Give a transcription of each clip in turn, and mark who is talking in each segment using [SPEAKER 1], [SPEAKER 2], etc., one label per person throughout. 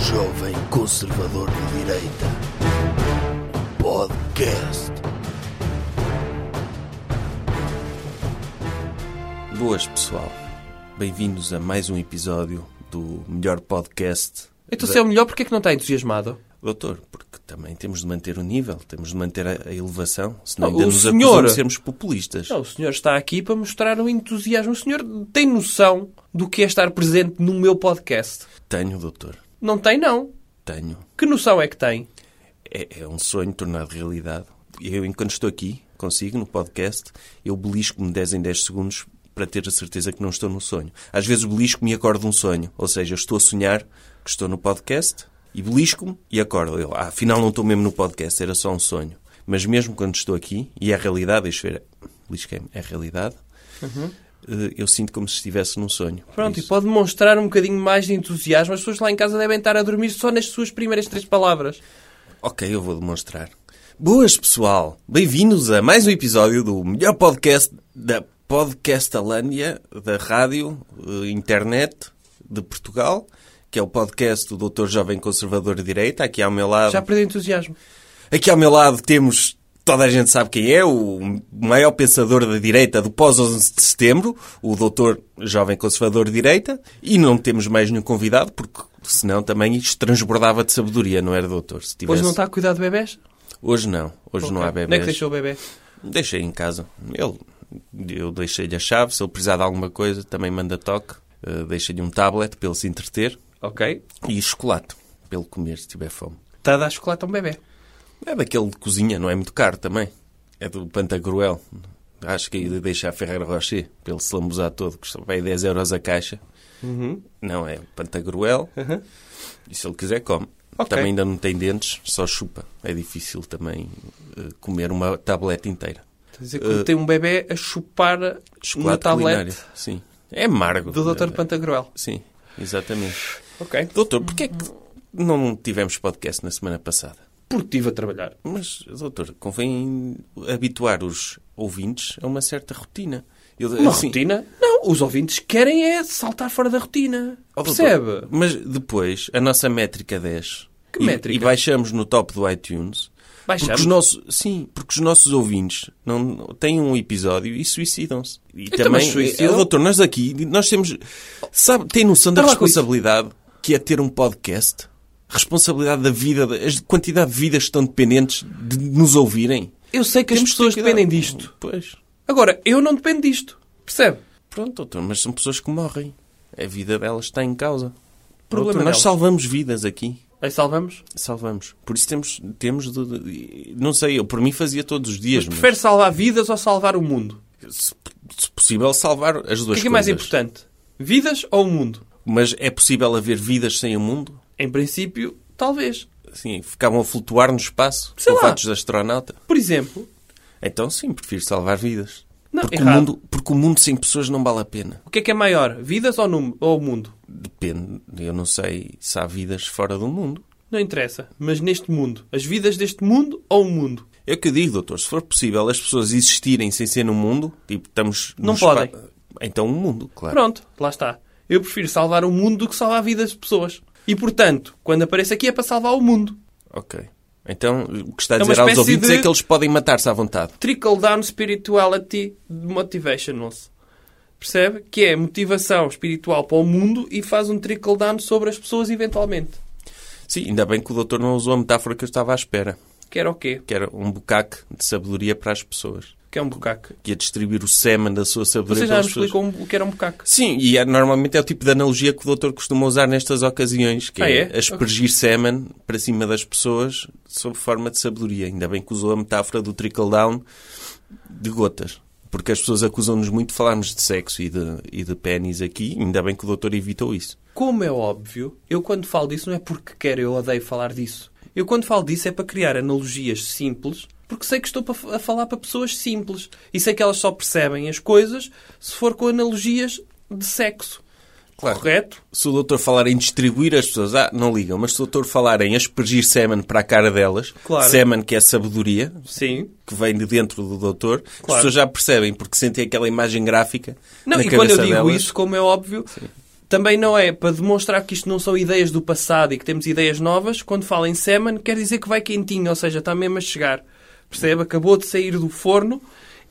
[SPEAKER 1] Jovem Conservador de Direita. Podcast.
[SPEAKER 2] Boas, pessoal. Bem-vindos a mais um episódio do melhor podcast.
[SPEAKER 3] Então, se é o melhor, porquê é que não está entusiasmado?
[SPEAKER 2] Doutor, porque também temos de manter o nível, temos de manter a a elevação, senão
[SPEAKER 3] Não,
[SPEAKER 2] ainda
[SPEAKER 3] Ah, o
[SPEAKER 2] nos
[SPEAKER 3] senhor-
[SPEAKER 2] acusam de sermos populistas.
[SPEAKER 3] Não, o senhor está aqui para mostrar um entusiasmo. O senhor tem noção do que é estar presente no meu podcast?
[SPEAKER 2] Tenho, doutor,
[SPEAKER 3] Não tem, não.
[SPEAKER 2] tenho.
[SPEAKER 3] Que noção é que tem?
[SPEAKER 2] É, é um sonho tornado realidade. Eu, enquanto estou aqui, consigo, no podcast, eu belisco-me 10 em 10 segundos para ter a certeza que não estou no sonho. Às vezes belisco-me e acordo um sonho. Ou seja, eu estou a sonhar que estou no podcast e belisco-me e acordo. Eu, ah, afinal, não estou mesmo no podcast, era só um sonho. Mas mesmo quando estou aqui, e é a realidade, deixa eu ver, belisquei-me, é a realidade, eh, eu sinto como se estivesse num sonho. Por
[SPEAKER 3] Uhum. Pronto,
[SPEAKER 2] isso-
[SPEAKER 3] e pode mostrar um bocadinho mais de entusiasmo. As pessoas lá em casa devem estar a dormir só nas suas primeiras três palavras.
[SPEAKER 2] Ok, eu vou demonstrar. Boas, pessoal! Bem-vindos a mais um episódio do melhor podcast da Podcastalândia, da rádio, eh, internet de Portugal, que é o podcast do Dr. Jovem Conservador de Direita. Aqui ao meu lado,
[SPEAKER 3] Já perdeu entusiasmo.
[SPEAKER 2] aqui ao meu lado temos, toda a gente sabe quem é, o maior pensador da direita do pós-11 de setembro, o Dr. Jovem Conservador de Direita, e não temos mais nenhum convidado, porque senão também isto transbordava de sabedoria, não era, doutor? Se
[SPEAKER 3] Pois
[SPEAKER 2] tivesse-
[SPEAKER 3] não está a cuidar de bebés?
[SPEAKER 2] Hoje não. Hoje não há bebês.
[SPEAKER 3] Onde é que deixou o bebê?
[SPEAKER 2] Deixei em casa. Ele, eu deixei-lhe a chave. Se ele precisar de alguma coisa, também manda toque. Uh, deixei-lhe um tablet para ele se entreter.
[SPEAKER 3] Ok.
[SPEAKER 2] E chocolate, para ele comer se tiver fome.
[SPEAKER 3] Está a dar chocolate a um bebê.
[SPEAKER 2] É daquele de cozinha, não é muito caro também. É do Pantagruel. Acho que aí deixa a Ferreira Rocher, para ele se lambuzar todo. Custa bem 10 euros a caixa.
[SPEAKER 3] Uhum,
[SPEAKER 2] Não, é Pantagruel. E se ele quiser, come.
[SPEAKER 3] Ok.
[SPEAKER 2] Também ainda não tem dentes, só chupa. É difícil também uh, comer uma tableta inteira.
[SPEAKER 3] Quer dizer que tem um bebê a chupar na
[SPEAKER 2] Chocolate
[SPEAKER 3] tablete
[SPEAKER 2] culinário. Sim. É amargo.
[SPEAKER 3] do Dr. Pantagruel.
[SPEAKER 2] Sim, exatamente.
[SPEAKER 3] Ok.
[SPEAKER 2] Doutor, porquê é que não tivemos podcast na semana passada?
[SPEAKER 3] Porque estive a trabalhar.
[SPEAKER 2] Mas, doutor, convém habituar os ouvintes a uma certa rotina. Eu,
[SPEAKER 3] Uma
[SPEAKER 2] assim,
[SPEAKER 3] rotina? Não, os ouvintes querem é saltar fora da rotina.
[SPEAKER 2] ó, doutor,
[SPEAKER 3] Percebe?
[SPEAKER 2] Mas depois, a nossa métrica 10...
[SPEAKER 3] Que
[SPEAKER 2] e,
[SPEAKER 3] métrica?
[SPEAKER 2] E baixamos no top do iTunes...
[SPEAKER 3] Baixamos?
[SPEAKER 2] Porque os nossos, sim, porque os nossos ouvintes não, têm um episódio e suicidam-se. E
[SPEAKER 3] também Então, suicidam.
[SPEAKER 2] Eh, doutor, nós aqui, nós temos... Sabe, tem noção da
[SPEAKER 3] Está lá com isso.
[SPEAKER 2] responsabilidade que é ter um podcast? Responsabilidade da vida, da a quantidade de vidas que estão dependentes de nos ouvirem?
[SPEAKER 3] Eu sei que
[SPEAKER 2] Temos
[SPEAKER 3] as pessoas
[SPEAKER 2] que ter cuidado.
[SPEAKER 3] dependem disto.
[SPEAKER 2] Pois.
[SPEAKER 3] Agora, eu não dependo disto. Percebe?
[SPEAKER 2] Pronto, doutor, mas são pessoas que morrem. A vida delas está em causa.
[SPEAKER 3] Problema
[SPEAKER 2] doutor, nós
[SPEAKER 3] delas.
[SPEAKER 2] salvamos vidas aqui.
[SPEAKER 3] Aí salvamos.
[SPEAKER 2] Salvamos. Por isso temos, temos de- de- não sei, eu por mim fazia todos os dias. mas-
[SPEAKER 3] Prefere salvar vidas ou salvar o mundo?
[SPEAKER 2] se, se possível, salvar as
[SPEAKER 3] O
[SPEAKER 2] duas
[SPEAKER 3] que é, que
[SPEAKER 2] coisas.
[SPEAKER 3] é mais importante? Vidas ou o mundo?
[SPEAKER 2] Mas é possível haver vidas sem o mundo?
[SPEAKER 3] Em princípio, talvez.
[SPEAKER 2] Assim, ficavam a flutuar no espaço,
[SPEAKER 3] Sei
[SPEAKER 2] com
[SPEAKER 3] lá.
[SPEAKER 2] fatos de astronauta?
[SPEAKER 3] Por exemplo,
[SPEAKER 2] Então sim, prefiro salvar vidas.
[SPEAKER 3] Não,
[SPEAKER 2] porque, o
[SPEAKER 3] errado.
[SPEAKER 2] mundo, porque o mundo sem pessoas não vale a pena.
[SPEAKER 3] o que é que é maior? Vidas ou, num- ou o mundo?
[SPEAKER 2] Depende, eu não sei se há vidas fora do mundo.
[SPEAKER 3] Não interessa. Mas neste mundo. As vidas deste mundo ou o mundo?
[SPEAKER 2] É o que eu digo, doutor, se for possível as pessoas existirem sem ser no mundo, tipo, estamos... no
[SPEAKER 3] Não
[SPEAKER 2] espa-
[SPEAKER 3] podem.
[SPEAKER 2] Então o mundo, claro.
[SPEAKER 3] Pronto, lá está. Eu prefiro salvar o mundo do que salvar vidas de pessoas. E, portanto, quando apareço aqui é para salvar o mundo.
[SPEAKER 2] Ok. Então, o que está a
[SPEAKER 3] É uma
[SPEAKER 2] dizer aos
[SPEAKER 3] espécie
[SPEAKER 2] ouvintes
[SPEAKER 3] de-
[SPEAKER 2] é que eles podem matar-se à vontade.
[SPEAKER 3] Trickle Down Spirituality Motivationals. Percebe? Que é motivação espiritual para o mundo e faz um trickle down sobre as pessoas eventualmente.
[SPEAKER 2] Sim, ainda bem que o doutor não usou a metáfora que eu estava à espera.
[SPEAKER 3] Que era o quê?
[SPEAKER 2] que era um bucaque de sabedoria para as pessoas,
[SPEAKER 3] Que é um bucaque.
[SPEAKER 2] que ia distribuir o sêmen da sua sabedoria
[SPEAKER 3] Você já
[SPEAKER 2] pelas
[SPEAKER 3] nos
[SPEAKER 2] pessoas.
[SPEAKER 3] explicou um- o que era um bucaque.
[SPEAKER 2] Sim, e é- normalmente é o tipo de analogia que o doutor costuma usar nestas ocasiões, que
[SPEAKER 3] Ah,
[SPEAKER 2] é,
[SPEAKER 3] é?
[SPEAKER 2] aspergir sêmen para cima das pessoas sob forma de sabedoria. Ainda bem que usou a metáfora do trickle-down de gotas. Porque as pessoas acusam-nos muito de falarmos de sexo e de, e de pênis aqui. Ainda bem que o doutor evitou isso.
[SPEAKER 3] Como é óbvio, eu quando falo disso não é porque quero, eu odeio falar disso. Eu quando falo disso é para criar analogias simples, porque sei que estou pa- a falar para pessoas simples. E sei que elas só percebem as coisas se for com analogias de sexo.
[SPEAKER 2] Claro.
[SPEAKER 3] Correto?
[SPEAKER 2] Se o doutor falar em distribuir as pessoas, ah, não ligam. Mas se o doutor falar em aspergir sêmen para a cara delas,
[SPEAKER 3] Claro.
[SPEAKER 2] sêmen que é sabedoria,
[SPEAKER 3] Sim.
[SPEAKER 2] que vem de dentro do doutor, as
[SPEAKER 3] Claro.
[SPEAKER 2] pessoas já percebem, porque sentem aquela imagem gráfica
[SPEAKER 3] Não,
[SPEAKER 2] na
[SPEAKER 3] e
[SPEAKER 2] cabeça
[SPEAKER 3] quando eu digo
[SPEAKER 2] delas.
[SPEAKER 3] isso, como é óbvio, Também não é para demonstrar que isto não são ideias do passado e que temos ideias novas. Quando fala em semen, quer dizer que vai quentinho, ou seja, está mesmo a chegar. Percebe? Acabou de sair do forno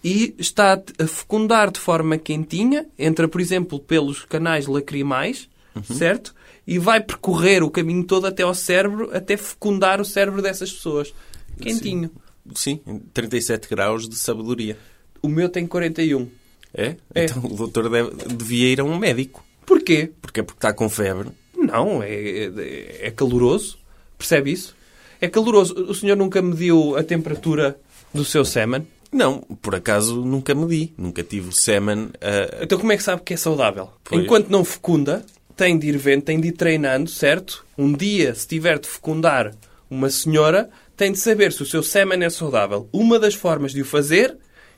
[SPEAKER 3] e está a fecundar de forma quentinha. Entra, por exemplo, pelos canais lacrimais,
[SPEAKER 2] Uhum.
[SPEAKER 3] certo? E vai percorrer o caminho todo até ao cérebro, até fecundar o cérebro dessas pessoas. Quentinho.
[SPEAKER 2] Sim, 37 graus de sabedoria.
[SPEAKER 3] O meu tem 41.
[SPEAKER 2] É?
[SPEAKER 3] É.
[SPEAKER 2] Então o doutor deve- devia ir a um médico.
[SPEAKER 3] Porquê?
[SPEAKER 2] Porque é porque está com febre.
[SPEAKER 3] Não, é, é, é caloroso. Percebe isso? É caloroso. O senhor nunca mediu a temperatura do seu sêmen?
[SPEAKER 2] Não, por acaso nunca medi. Nunca tive o semen ah, a...
[SPEAKER 3] Então como é que sabe que é saudável?
[SPEAKER 2] Pois.
[SPEAKER 3] Enquanto não fecunda, tem de ir vendo, tem de ir treinando, certo? Um dia, se tiver de fecundar uma senhora, tem de saber se o seu sêmen é saudável. Uma das formas de o fazer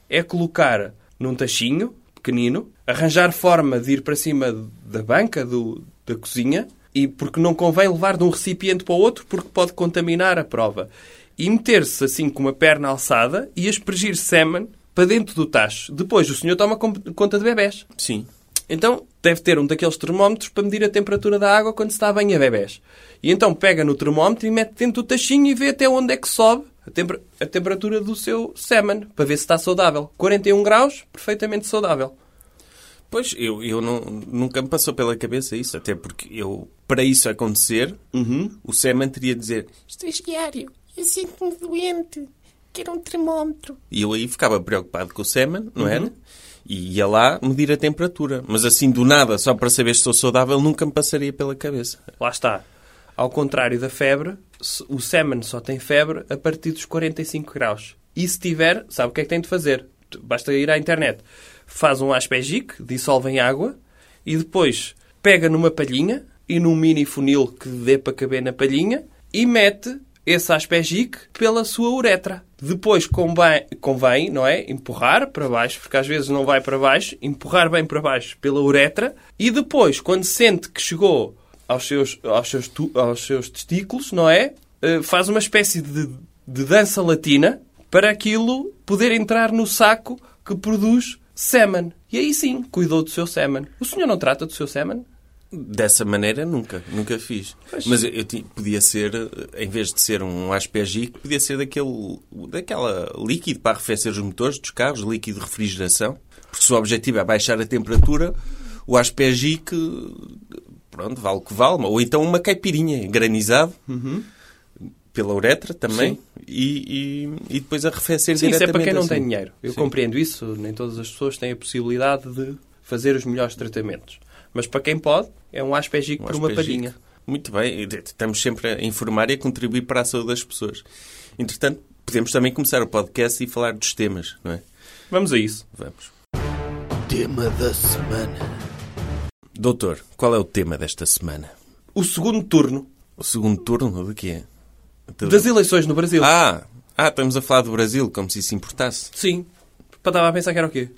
[SPEAKER 3] é colocar num tachinho pequenino, arranjar forma de ir para cima da banca do- da cozinha, e porque não convém levar de um recipiente para o outro porque pode contaminar a prova. E meter-se assim com uma perna alçada e aspergir sêmen para dentro do tacho. Depois o senhor toma com- conta de bebés.
[SPEAKER 2] ah, Sim.
[SPEAKER 3] Então deve ter um daqueles termómetros para medir a temperatura da água quando se está a banhar bebés. E então pega no termómetro e mete dentro do tachinho e vê até onde é que sobe a, temper- a temperatura do seu sêmen para ver se está saudável. 41 graus, perfeitamente saudável.
[SPEAKER 2] Pois, eu, eu não, nunca me passou pela cabeça isso. Até porque eu, para isso acontecer,
[SPEAKER 3] Uhum.
[SPEAKER 2] o semen teria de dizer...
[SPEAKER 4] Estou diário. Eu sinto-me doente. Quero um termómetro.
[SPEAKER 2] E eu aí ficava preocupado com o semen, não era? E ia lá medir a temperatura. Mas assim, do nada, só para saber se estou saudável, nunca me passaria pela cabeça.
[SPEAKER 3] Lá está. Ao contrário da febre, se- o sêmen só tem febre a partir dos 45 graus. E se tiver, sabe o que é que tem de fazer? T- Basta ir à internet. Faz um aspergic, dissolve em água e depois pega numa palhinha e num mini funil que dê para caber na palhinha e mete esse aspergic pela sua uretra. Depois convém, convém, não é? Empurrar para baixo, porque às vezes não vai para baixo, empurrar bem para baixo pela uretra e depois, quando sente que chegou aos seus, aos seus, tu- aos seus testículos, não é? Eh, faz uma espécie de, de dança latina para aquilo poder entrar no saco que produz sêmen. E aí sim, cuidou do seu sêmen. O senhor não trata do seu sêmen?
[SPEAKER 2] Dessa maneira, nunca. Nunca fiz. Mas eu, eu ti- podia ser, eh, em vez de ser um aspergic, podia ser daquele, daquela líquido para arrefecer os motores dos carros, líquido de refrigeração. Porque se o objetivo é baixar a temperatura, o aspergic, eh, pronto, vale o que vale. Ou então uma caipirinha granizado.
[SPEAKER 3] Uhum.
[SPEAKER 2] Pela uretra também. E, e, e depois arrefecer
[SPEAKER 3] Sim, isso é para
[SPEAKER 2] diretamente
[SPEAKER 3] quem não
[SPEAKER 2] assim.
[SPEAKER 3] tem dinheiro. Eu
[SPEAKER 2] Sim.
[SPEAKER 3] compreendo isso. Nem todas as pessoas têm a possibilidade de fazer os melhores tratamentos. Mas para quem pode, é um aspergico por uma
[SPEAKER 2] aspergico.
[SPEAKER 3] palhinha.
[SPEAKER 2] Muito bem, estamos sempre a informar e a contribuir para a saúde das pessoas. Entretanto, podemos também começar o podcast e falar dos temas, não é?
[SPEAKER 3] Vamos a isso.
[SPEAKER 2] Vamos.
[SPEAKER 1] Tema da semana.
[SPEAKER 2] Doutor, qual é o tema desta semana?
[SPEAKER 3] O segundo turno
[SPEAKER 2] O segundo turno de quê? De-
[SPEAKER 3] das eleições no Brasil.
[SPEAKER 2] Ah, ah, estamos a falar do Brasil, como se isso importasse.
[SPEAKER 3] Sim. Estava a pensar que era o quê?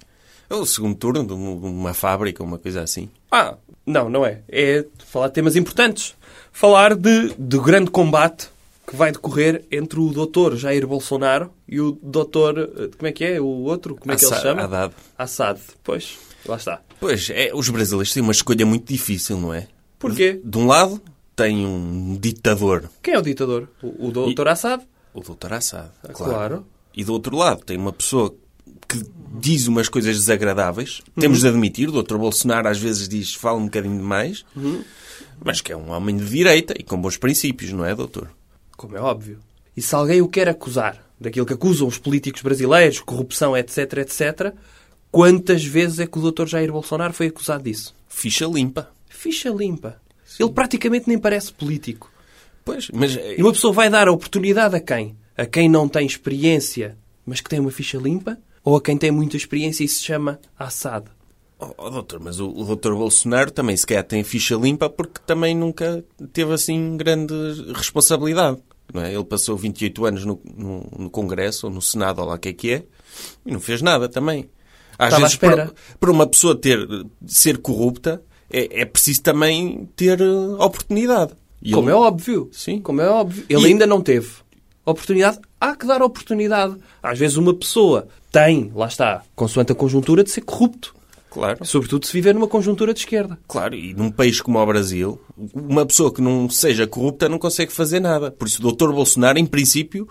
[SPEAKER 2] É O segundo turno de um- de uma fábrica, uma coisa assim.
[SPEAKER 3] Ah, não, não é. É falar de temas importantes. Falar de, do grande combate que vai decorrer entre o doutor Jair Bolsonaro e o doutor... eh, Como é que é? O outro? Como é que ele se
[SPEAKER 2] Assa-
[SPEAKER 3] chama?
[SPEAKER 2] Haddad.
[SPEAKER 3] Assad. Pois, lá está.
[SPEAKER 2] Pois, é, os brasileiros têm uma escolha muito difícil, não é?
[SPEAKER 3] Porquê?
[SPEAKER 2] De, de um lado, tem um ditador,
[SPEAKER 3] Quem é o ditador? O, o doutor Assad?
[SPEAKER 2] o doutor Assad, claro.
[SPEAKER 3] Ah, claro.
[SPEAKER 2] E do outro lado, tem uma pessoa que diz umas coisas desagradáveis. Temos de admitir, o doutor Bolsonaro às vezes diz, fala um bocadinho demais,
[SPEAKER 3] Uhum.
[SPEAKER 2] mas que é um homem de direita e com bons princípios, não é, doutor?
[SPEAKER 3] Como é óbvio. E se alguém o quer acusar daquilo que acusam os políticos brasileiros, corrupção, etc, etc, quantas vezes é que o doutor Jair Bolsonaro foi acusado disso?
[SPEAKER 2] Ficha limpa.
[SPEAKER 3] Ficha limpa. Ele praticamente nem parece político.
[SPEAKER 2] Pois, mas eh,
[SPEAKER 3] E uma pessoa vai dar a oportunidade a quem? A quem não tem experiência, mas que tem uma ficha limpa? Ou a quem tem muita experiência e se chama Assad?
[SPEAKER 2] Oh, oh, doutor, mas o, o doutor Bolsonaro também se calhar tem ficha limpa porque também nunca teve assim grande responsabilidade. Não é? Ele passou 28 anos no, no- no Congresso ou no Senado, ou lá o que é que é, e não fez nada também. Às
[SPEAKER 3] Estava à espera.
[SPEAKER 2] para, para uma pessoa ter, ser corrupta, é, é preciso também ter eh, oportunidade. E
[SPEAKER 3] Como
[SPEAKER 2] ele-
[SPEAKER 3] é óbvio.
[SPEAKER 2] Sim.
[SPEAKER 3] Como é óbvio. Ele
[SPEAKER 2] E-
[SPEAKER 3] ainda não teve oportunidade. Há que dar oportunidade. Às vezes uma pessoa tem, lá está, consoante a conjuntura, de ser corrupto.
[SPEAKER 2] Claro.
[SPEAKER 3] Sobretudo se viver numa conjuntura de esquerda.
[SPEAKER 2] Claro, e num país como o Brasil, uma pessoa que não seja corrupta não consegue fazer nada. Por isso, o Dr. Bolsonaro, em princípio,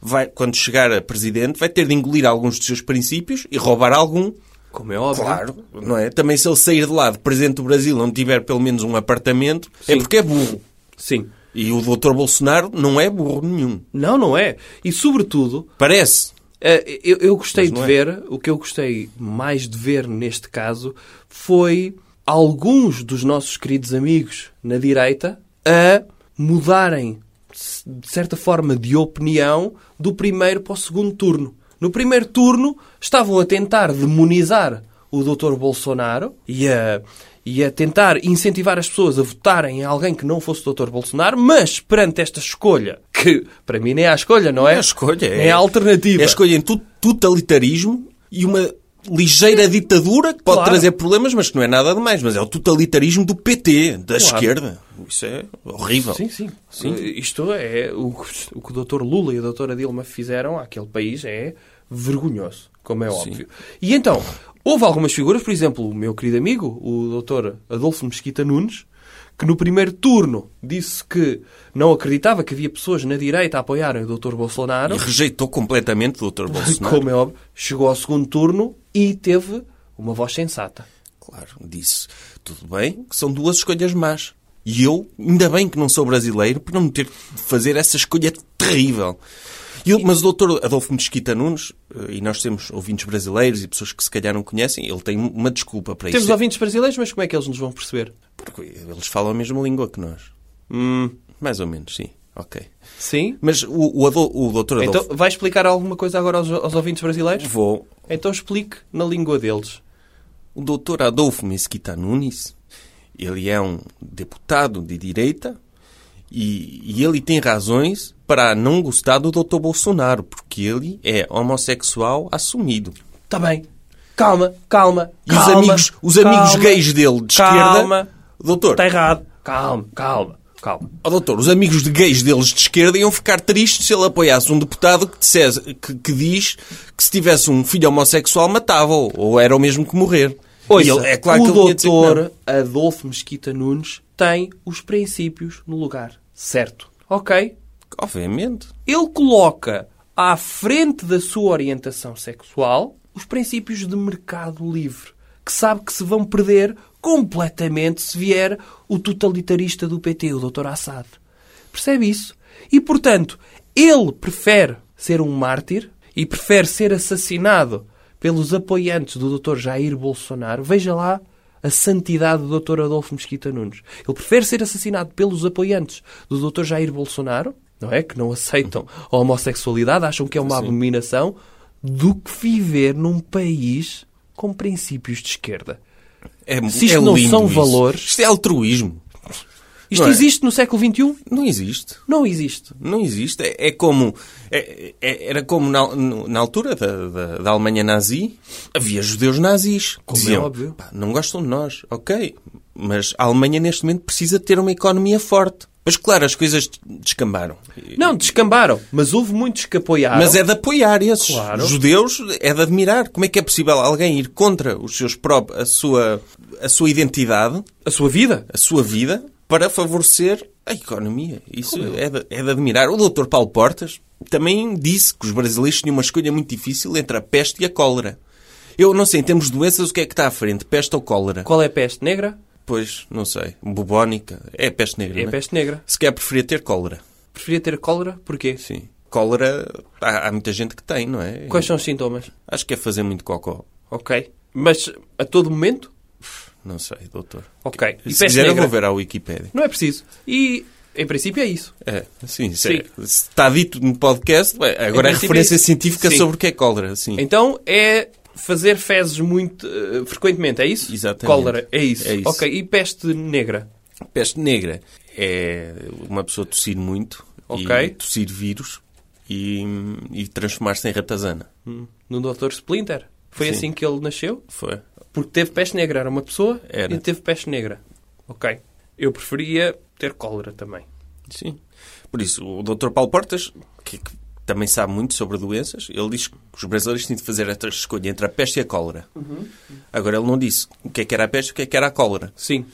[SPEAKER 2] vai, quando chegar a presidente, vai ter de engolir alguns dos seus princípios e roubar algum.
[SPEAKER 3] Como é óbvio.
[SPEAKER 2] Claro, não é? Também se ele sair de lá de presidente do Brasil não tiver pelo menos um apartamento, é
[SPEAKER 3] Sim.
[SPEAKER 2] porque é burro.
[SPEAKER 3] Sim.
[SPEAKER 2] E o Dr. Bolsonaro não é burro nenhum.
[SPEAKER 3] Não, não é. E sobretudo,
[SPEAKER 2] Parece.
[SPEAKER 3] eh, eu, eu gostei
[SPEAKER 2] Mas
[SPEAKER 3] de
[SPEAKER 2] não é.
[SPEAKER 3] ver, o que eu gostei mais de ver neste caso foi alguns dos nossos queridos amigos na direita a mudarem, se- de certa forma, de opinião do primeiro para o segundo turno. No primeiro turno estavam a tentar demonizar o Dr. Bolsonaro e a, e a tentar incentivar as pessoas a votarem em alguém que não fosse o Dr. Bolsonaro, mas perante esta escolha, que para mim nem é a escolha, não é?
[SPEAKER 2] É a escolha.
[SPEAKER 3] Nem a alternativa.
[SPEAKER 2] É a escolha entre o totalitarismo e uma ligeira ditadura que pode
[SPEAKER 3] Claro.
[SPEAKER 2] trazer problemas, mas que não é nada demais. Mas é o totalitarismo do PT, da
[SPEAKER 3] Claro.
[SPEAKER 2] esquerda. Isso é horrível.
[SPEAKER 3] Sim, sim. Uh, Isto é o, que- o que o Dr. Lula e a Dra. Dilma fizeram àquele país é vergonhoso, como é óbvio. E então, houve algumas figuras, por exemplo, o meu querido amigo, o Dr. Adolfo Mesquita Nunes, que no primeiro turno disse que não acreditava que havia pessoas na direita a apoiarem o Dr. Bolsonaro.
[SPEAKER 2] E rejeitou completamente o Dr. Bolsonaro.
[SPEAKER 3] Como é óbvio, chegou ao segundo turno e teve uma voz sensata.
[SPEAKER 2] Claro, disse. Tudo bem, que são duas escolhas más. E eu, ainda bem que não sou brasileiro, para não ter de fazer essa escolha terrível. E eu- mas o doutor Adolfo Mesquita Nunes, eh, e nós temos ouvintes brasileiros e pessoas que se calhar não conhecem, ele tem uma desculpa para
[SPEAKER 3] Temos
[SPEAKER 2] isso.
[SPEAKER 3] ouvintes brasileiros, mas como é que eles nos vão perceber?
[SPEAKER 2] Porque eles falam a mesma língua que nós.
[SPEAKER 3] Hum,
[SPEAKER 2] Mais ou menos, sim. Ok.
[SPEAKER 3] sim?
[SPEAKER 2] Mas o, o, Adol- o doutor Adolfo...
[SPEAKER 3] Então, vai explicar alguma coisa agora aos, aos ouvintes brasileiros?
[SPEAKER 2] Vou...
[SPEAKER 3] Então explique na língua deles.
[SPEAKER 2] O doutor Adolfo Mesquita Nunes, ele é um deputado de direita e, e ele tem razões para não gostar do doutor Bolsonaro, porque ele é homossexual assumido.
[SPEAKER 3] Está Tá bem. Calma, calma,
[SPEAKER 2] E
[SPEAKER 3] calma.
[SPEAKER 2] os amigos, os amigos
[SPEAKER 3] calma,
[SPEAKER 2] gays dele de
[SPEAKER 3] calma. Tá
[SPEAKER 2] esquerda... Doutor,
[SPEAKER 3] Está errado. Calma, calma, calma.
[SPEAKER 2] ó doutor, os amigos de gays deles de esquerda iam ficar tristes se ele apoiasse um deputado que, dissesse, que, que diz que se tivesse um filho homossexual matava-o, ou era o mesmo que morrer. E
[SPEAKER 3] Ouça,
[SPEAKER 2] ele- é claro
[SPEAKER 3] o
[SPEAKER 2] que ele ia dizer que não.
[SPEAKER 3] doutor Adolfo Mesquita Nunes tem os princípios no lugar certo. Ok?
[SPEAKER 2] Obviamente.
[SPEAKER 3] Ele coloca à frente da sua orientação sexual os princípios de mercado livre, que sabe que se vão perder completamente se vier o totalitarista do PT, o Dr. Assad. Percebe isso? E, portanto, ele prefere ser um mártir e prefere ser assassinado pelos apoiantes do Dr. Jair Bolsonaro. Veja lá a santidade do Dr. Adolfo Mesquita Nunes. Ele prefere ser assassinado pelos apoiantes do Dr. Jair Bolsonaro, não é? Que não aceitam a homossexualidade, acham que é uma abominação, do que viver num país com princípios de esquerda.
[SPEAKER 2] É,
[SPEAKER 3] Se isto não
[SPEAKER 2] lindo
[SPEAKER 3] são valores-
[SPEAKER 2] Isto é altruísmo.
[SPEAKER 3] Isto
[SPEAKER 2] Não é?
[SPEAKER 3] existe no século XXI?
[SPEAKER 2] Não existe.
[SPEAKER 3] Não existe.
[SPEAKER 2] Não existe. É, é como. é- é- era como na, na altura da, da, da Alemanha nazi havia judeus nazis.
[SPEAKER 3] Como é
[SPEAKER 2] Diziam,
[SPEAKER 3] óbvio.
[SPEAKER 2] "Pá, não gostam de nós. Ok. Mas a Alemanha neste momento precisa ter uma economia forte. Mas claro, as coisas descambaram.
[SPEAKER 3] Não, descambaram. Mas houve muitos que apoiaram.
[SPEAKER 2] Mas é de apoiar esses
[SPEAKER 3] Claro.
[SPEAKER 2] judeus, é de admirar. Como é que é possível alguém ir contra os seus próprios, a sua, a sua identidade
[SPEAKER 3] a sua vida.
[SPEAKER 2] a sua vida para favorecer a economia. Isso é de, é de admirar. O Dr. Paulo Portas também disse que os brasileiros tinham uma escolha muito difícil entre a peste e a cólera. Eu não sei, em termos de doenças, o que é que está à frente? Peste ou cólera?
[SPEAKER 3] Qual é a peste negra?
[SPEAKER 2] Pois, não sei. Bubónica. É peste negra,
[SPEAKER 3] É a
[SPEAKER 2] não é?
[SPEAKER 3] peste negra.
[SPEAKER 2] Se quer preferia ter cólera.
[SPEAKER 3] Preferia ter cólera? Porquê?
[SPEAKER 2] Sim. Cólera, há, há muita gente que tem, não é?
[SPEAKER 3] Quais são os sintomas?
[SPEAKER 2] Acho que é fazer muito cocó.
[SPEAKER 3] Ok. Mas a todo momento?
[SPEAKER 2] Não sei, doutor.
[SPEAKER 3] Ok. E
[SPEAKER 2] Se
[SPEAKER 3] peste
[SPEAKER 2] quiser, eu
[SPEAKER 3] negra?
[SPEAKER 2] vou ver à Wikipédia.
[SPEAKER 3] Não é preciso. E, em princípio, é isso.
[SPEAKER 2] É, sim, sim. Se está dito no podcast, bem, agora é
[SPEAKER 3] princípio,
[SPEAKER 2] referência
[SPEAKER 3] isso.
[SPEAKER 2] científica
[SPEAKER 3] Sim.
[SPEAKER 2] sobre o que é cólera, sim.
[SPEAKER 3] Então é fazer fezes muito eh, frequentemente, é isso?
[SPEAKER 2] Exatamente.
[SPEAKER 3] Cólera, é isso.
[SPEAKER 2] É isso.
[SPEAKER 3] Ok. E peste negra?
[SPEAKER 2] Peste negra é uma pessoa tossir muito,
[SPEAKER 3] Ok.
[SPEAKER 2] e tossir vírus e, e transformar-se em ratazana.
[SPEAKER 3] Hum. No Dr. Splinter? Foi
[SPEAKER 2] Sim.
[SPEAKER 3] assim que ele nasceu?
[SPEAKER 2] Foi?
[SPEAKER 3] Porque teve peste negra. Era uma pessoa
[SPEAKER 2] Era.
[SPEAKER 3] e teve peste negra. Ok. Eu preferia ter cólera também.
[SPEAKER 2] Sim. Por isso, o Dr. Paulo Portas, que, que também sabe muito sobre doenças. Ele diz que os brasileiros têm de fazer esta escolha entre a peste e a cólera. Agora, ele não disse o que é que era a peste e o que é que era a cólera.
[SPEAKER 3] Sim.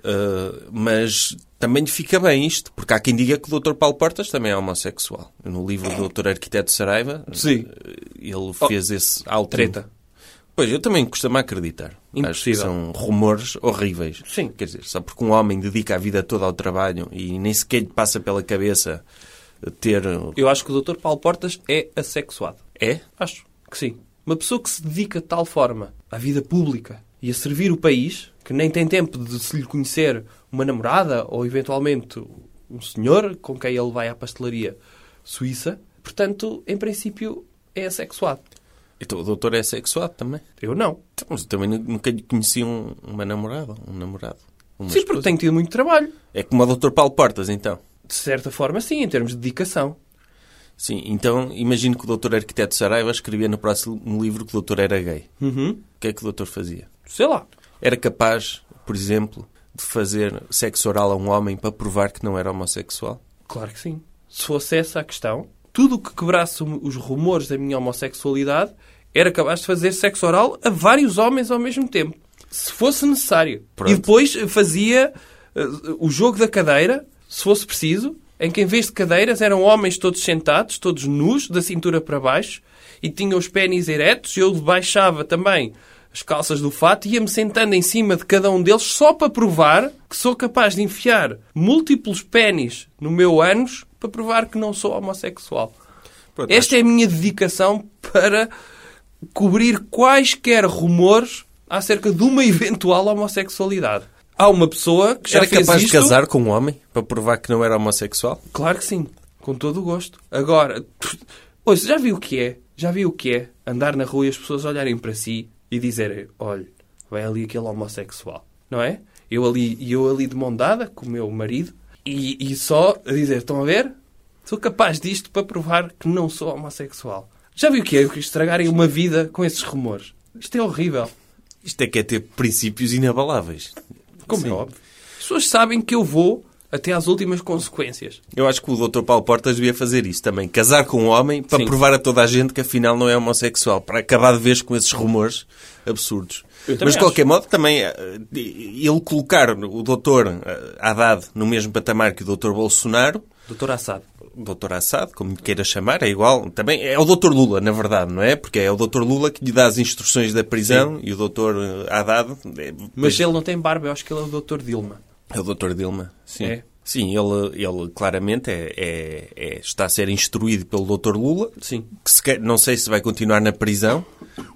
[SPEAKER 2] Uh, mas também lhe fica bem isto, porque há quem diga que o Dr. Paulo Portas também é homossexual. No livro do Dr. Arquiteto Saraiva, ah,
[SPEAKER 3] Sim. Oh,
[SPEAKER 2] ele fez esse alter.
[SPEAKER 3] treta.
[SPEAKER 2] Pois, eu também costumo acreditar. Acho que
[SPEAKER 3] Impossível.
[SPEAKER 2] são rumores horríveis.
[SPEAKER 3] Sim.
[SPEAKER 2] Quer dizer, só porque um homem dedica a vida toda ao trabalho e nem sequer lhe passa pela cabeça ter... um-
[SPEAKER 3] Eu acho que o Dr. Paulo Portas é assexuado.
[SPEAKER 2] É?
[SPEAKER 3] Acho que sim. Uma pessoa que se dedica de tal forma à vida pública e a servir o país, que nem tem tempo de se lhe conhecer uma namorada ou eventualmente um senhor com quem ele vai à pastelaria suíça, portanto, em princípio, é assexuado.
[SPEAKER 2] Então, o doutor é sexuado também.
[SPEAKER 3] Eu não.
[SPEAKER 2] Então, Mas eu também nu- nunca lhe conheci um- uma namorada, um namorado. Uma
[SPEAKER 3] sim, porque
[SPEAKER 2] esposa.
[SPEAKER 3] tenho tido muito trabalho.
[SPEAKER 2] É como o Dr. Paulo Portas, então.
[SPEAKER 3] De certa forma, sim, em termos de dedicação.
[SPEAKER 2] Sim, então imagino que o Dr. Arquiteto Saraiva escrevia no próximo livro que o doutor era gay.
[SPEAKER 3] Uhum.
[SPEAKER 2] O que é que o doutor fazia?
[SPEAKER 3] Sei lá.
[SPEAKER 2] Era capaz, por exemplo, de fazer sexo oral a um homem para provar que não era homossexual?
[SPEAKER 3] Claro que sim. Se fosse essa a questão, tudo o que quebrasse os rumores da minha homossexualidade era capaz de fazer sexo oral a vários homens ao mesmo tempo. Se fosse necessário.
[SPEAKER 2] Pronto.
[SPEAKER 3] E depois fazia eh, o jogo da cadeira, se fosse preciso, em que em vez de cadeiras eram homens todos sentados, todos nus, da cintura para baixo, e tinham os pênis eretos, eu baixava também as calças do fato e ia-me sentando em cima de cada um deles só para provar que sou capaz de enfiar múltiplos pênis no meu ânus para provar que não sou homossexual.
[SPEAKER 2] Pronto,
[SPEAKER 3] Esta é a minha dedicação para cobrir quaisquer rumores acerca de uma eventual homossexualidade. Há uma pessoa que já
[SPEAKER 2] Era
[SPEAKER 3] fez
[SPEAKER 2] capaz
[SPEAKER 3] isto.
[SPEAKER 2] de casar com um homem para provar que não era homossexual?
[SPEAKER 3] Claro que sim, com todo o gosto. Agora, ouça, já viu o que é? Já viu o que é andar na rua e as pessoas olharem para si e dizerem: olha, vai ali aquele homossexual, não é? Eu ali, e eu ali de mão dada com o meu marido e, e só a dizer: estão a ver? Sou capaz disto para provar que não sou homossexual. Já viu o que é? Estragarem uma vida com esses rumores. Isto é horrível.
[SPEAKER 2] Isto é que é ter princípios inabaláveis.
[SPEAKER 3] Como
[SPEAKER 2] Sim.
[SPEAKER 3] é óbvio. As pessoas sabem que eu vou até às últimas consequências.
[SPEAKER 2] Eu acho que o Dr. Paulo Portas devia fazer isso também. Casar com um homem para
[SPEAKER 3] Sim.
[SPEAKER 2] provar a toda a gente que afinal não é homossexual. Para acabar de vez com esses rumores absurdos.
[SPEAKER 3] Eu também
[SPEAKER 2] Mas de qualquer modo, também eh, ele colocar o Dr. eh, Haddad no mesmo patamar que o Dr. Bolsonaro.
[SPEAKER 3] Doutor Assad.
[SPEAKER 2] Dr. Assad, como lhe queira chamar, é igual. Também é o Dr. Lula, na verdade, não é? Porque é o Dr. Lula que lhe dá as instruções da prisão e o Dr. Haddad é,
[SPEAKER 3] Mas ele não tem barba, eu acho que ele é o Dr. Dilma.
[SPEAKER 2] é o Dr. Dilma. Sim.
[SPEAKER 3] É.
[SPEAKER 2] Sim, ele, ele claramente é, é- é- está a ser instruído pelo Dr. Lula,
[SPEAKER 3] Sim.
[SPEAKER 2] que se quer- não sei se vai continuar na prisão.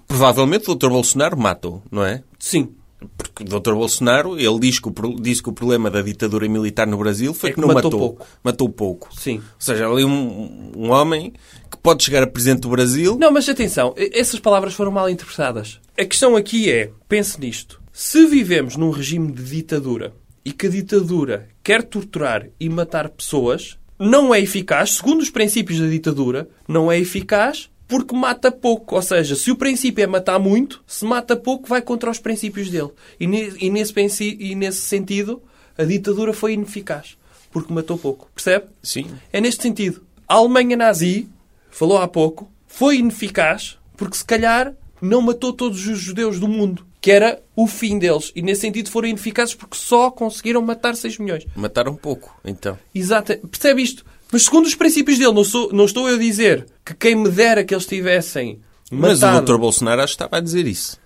[SPEAKER 2] Provavelmente o Dr. Bolsonaro mata-o, não é?
[SPEAKER 3] Sim.
[SPEAKER 2] Porque o Dr. Bolsonaro, ele diz que o, pro- disse que o problema da ditadura militar no Brasil foi
[SPEAKER 3] É
[SPEAKER 2] que,
[SPEAKER 3] que
[SPEAKER 2] não
[SPEAKER 3] matou
[SPEAKER 2] matou.
[SPEAKER 3] pouco.
[SPEAKER 2] Matou pouco.
[SPEAKER 3] Sim.
[SPEAKER 2] Ou seja, ali um, um homem que pode chegar a presidente do Brasil.
[SPEAKER 3] Não, mas atenção, e- essas palavras foram mal interpretadas. A questão aqui é, pense nisto. Se vivemos num regime de ditadura e que a ditadura quer torturar e matar pessoas, não é eficaz, segundo os princípios da ditadura, não é eficaz porque mata pouco. Ou seja, se o princípio é matar muito, se mata pouco vai contra os princípios dele. E, ne- e nesse, pensi- e nesse sentido, a ditadura foi ineficaz porque matou pouco. Percebe?
[SPEAKER 2] Sim.
[SPEAKER 3] É neste sentido. A Alemanha nazi, falou há pouco, foi ineficaz porque se calhar não matou todos os judeus do mundo, que era o fim deles. E nesse sentido foram ineficazes porque só conseguiram matar 6 milhões.
[SPEAKER 2] Mataram pouco, então.
[SPEAKER 3] Exato. Percebe isto? Mas segundo os princípios dele, não, sou- não estou eu a dizer que quem me dera que eles tivessem
[SPEAKER 2] Mas
[SPEAKER 3] matado...
[SPEAKER 2] o Dr. Bolsonaro acho que estava a dizer isso.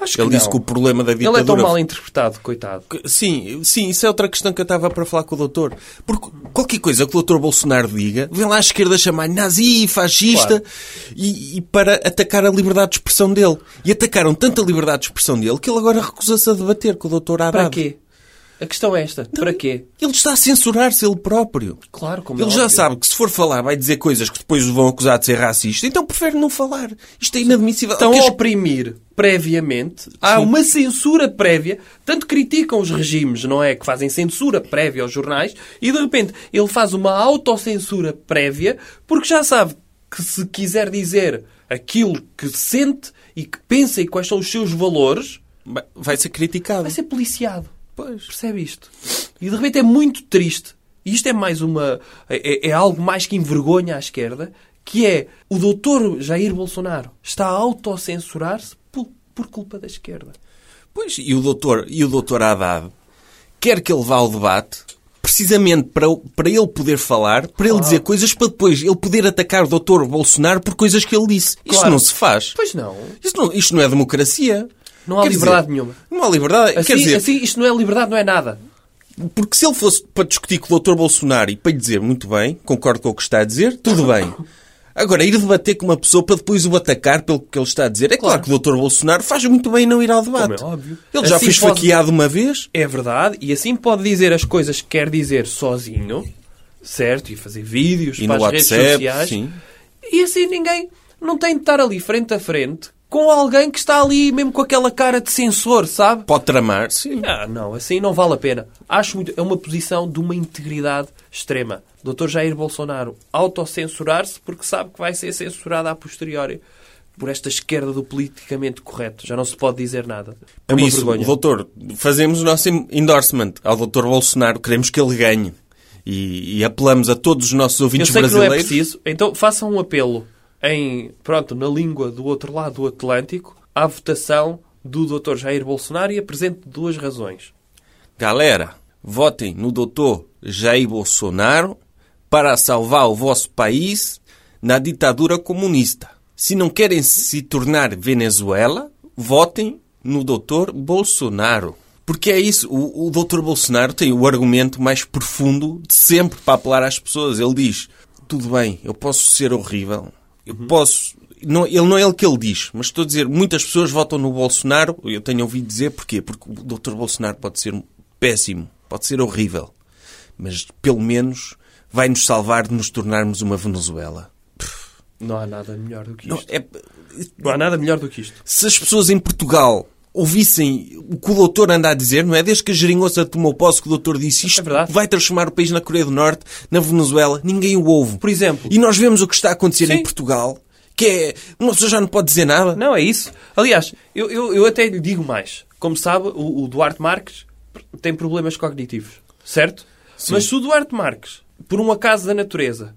[SPEAKER 3] Acho que
[SPEAKER 2] Ele
[SPEAKER 3] não.
[SPEAKER 2] disse que o problema da ditadura.
[SPEAKER 3] Ele é tão mal interpretado, coitado.
[SPEAKER 2] Que- Sim, sim, isso é outra questão que eu estava para falar com o doutor. Porque qualquer coisa que o doutor Bolsonaro diga, vem lá à esquerda chamar nazi, fascista,
[SPEAKER 3] Claro.
[SPEAKER 2] e, e para atacar a liberdade de expressão dele. E atacaram tanta liberdade de expressão dele que ele agora recusa-se a debater com o doutor Haddad.
[SPEAKER 3] Para quê? A questão é esta. Para quê?
[SPEAKER 2] Ele está a censurar-se ele próprio.
[SPEAKER 3] Claro, como é
[SPEAKER 2] Ele já
[SPEAKER 3] óbvio.
[SPEAKER 2] sabe que se for falar vai dizer coisas que depois o vão acusar de ser racista, então prefere não falar. Isto é inadmissível.
[SPEAKER 3] estão
[SPEAKER 2] Que
[SPEAKER 3] a
[SPEAKER 2] as-
[SPEAKER 3] oprimir previamente, há uma censura prévia, tanto criticam os regimes, não é? Que fazem censura prévia aos jornais, e de repente ele faz uma autocensura prévia, porque já sabe que se quiser dizer aquilo que sente e que pensa e quais são os seus valores,
[SPEAKER 2] Vai- Vai ser criticado.
[SPEAKER 3] vai ser policiado.
[SPEAKER 2] Pois.
[SPEAKER 3] Percebe isto? E de repente é muito triste E isto é mais uma. É, é algo mais que envergonha à esquerda, que é o doutor Jair Bolsonaro está a autocensurar-se por, por culpa da esquerda.
[SPEAKER 2] Pois, e o doutor, e o doutor Haddad quer que ele vá ao debate precisamente para, o- para ele poder falar, para ele dizer coisas, para depois ele poder atacar o doutor Bolsonaro por coisas que ele disse. Isto
[SPEAKER 3] Claro.
[SPEAKER 2] não se faz.
[SPEAKER 3] Pois não.
[SPEAKER 2] Isto não, isto não é democracia.
[SPEAKER 3] Não há
[SPEAKER 2] Quer
[SPEAKER 3] liberdade
[SPEAKER 2] dizer,
[SPEAKER 3] nenhuma.
[SPEAKER 2] Não há liberdade.
[SPEAKER 3] Assim,
[SPEAKER 2] Quer dizer,
[SPEAKER 3] assim, isto não é liberdade, não é nada.
[SPEAKER 2] porque se ele fosse para discutir com o doutor Bolsonaro e para lhe dizer muito bem, concordo com o que está a dizer, tudo bem. Agora, ir debater com uma pessoa para depois o atacar pelo que ele está a dizer. É claro, que o doutor Bolsonaro faz muito bem em não ir ao debate.
[SPEAKER 3] Como é óbvio.
[SPEAKER 2] Ele já
[SPEAKER 3] Assim
[SPEAKER 2] foi
[SPEAKER 3] pode-
[SPEAKER 2] esfaqueado uma vez.
[SPEAKER 3] É verdade, e assim pode dizer as coisas que quer dizer sozinho, certo? E fazer vídeos
[SPEAKER 2] E
[SPEAKER 3] para
[SPEAKER 2] no
[SPEAKER 3] as redes
[SPEAKER 2] WhatsApp,
[SPEAKER 3] sociais.
[SPEAKER 2] sim.
[SPEAKER 3] E assim ninguém não tem de estar ali frente a frente com alguém que está ali mesmo com aquela cara de censor, sabe?
[SPEAKER 2] Pode tramar, sim.
[SPEAKER 3] Ah, não, assim não vale a pena. Acho muito. É uma posição de uma integridade extrema. Dr. Jair Bolsonaro autocensurar-se porque sabe que vai ser censurado a posteriori por esta esquerda do politicamente correto. Já não se pode dizer nada. É
[SPEAKER 2] Por
[SPEAKER 3] uma
[SPEAKER 2] isso,
[SPEAKER 3] vergonha.
[SPEAKER 2] doutor, fazemos o nosso em- endorsement ao doutor Bolsonaro. Queremos que ele ganhe. E, e apelamos a todos os nossos
[SPEAKER 3] Eu
[SPEAKER 2] ouvintes
[SPEAKER 3] sei que não é
[SPEAKER 2] brasileiros.
[SPEAKER 3] preciso, então façam um apelo em, pronto, na língua do outro lado do Atlântico à votação do Dr. Jair Bolsonaro e apresente duas razões.
[SPEAKER 2] Galera, votem no doutor Jair Bolsonaro para salvar o vosso país na ditadura comunista. Se não querem se tornar Venezuela, votem no doutor Bolsonaro. Porque é isso, o, o doutor Bolsonaro tem o argumento mais profundo de sempre para apelar às pessoas. Ele diz, tudo bem, eu posso ser horrível, eu posso... Não, ele não é o que ele diz, mas estou a dizer, muitas pessoas votam no Bolsonaro, eu tenho ouvido dizer porquê, porque o doutor Bolsonaro pode ser péssimo, pode ser horrível, mas pelo menos vai nos salvar de nos tornarmos uma Venezuela.
[SPEAKER 3] Não há nada melhor do que
[SPEAKER 2] Não,
[SPEAKER 3] isto.
[SPEAKER 2] é-
[SPEAKER 3] Não há nada melhor do que isto.
[SPEAKER 2] se as pessoas em Portugal ouvissem o que o doutor anda a dizer, não é? Desde que a geringonça tomou posse que o doutor disse isto,
[SPEAKER 3] É verdade.
[SPEAKER 2] vai transformar o país na Coreia do Norte, na Venezuela, ninguém o ouve.
[SPEAKER 3] Por exemplo.
[SPEAKER 2] E nós vemos o que está a acontecer
[SPEAKER 3] Sim.
[SPEAKER 2] em Portugal, que é... Uma pessoa já não pode dizer nada.
[SPEAKER 3] Não, é isso. Aliás, eu, eu, eu até lhe digo mais. Como sabe, o, o Duarte Marques tem problemas cognitivos, certo? Mas se o Duarte Marques, por um acaso da natureza,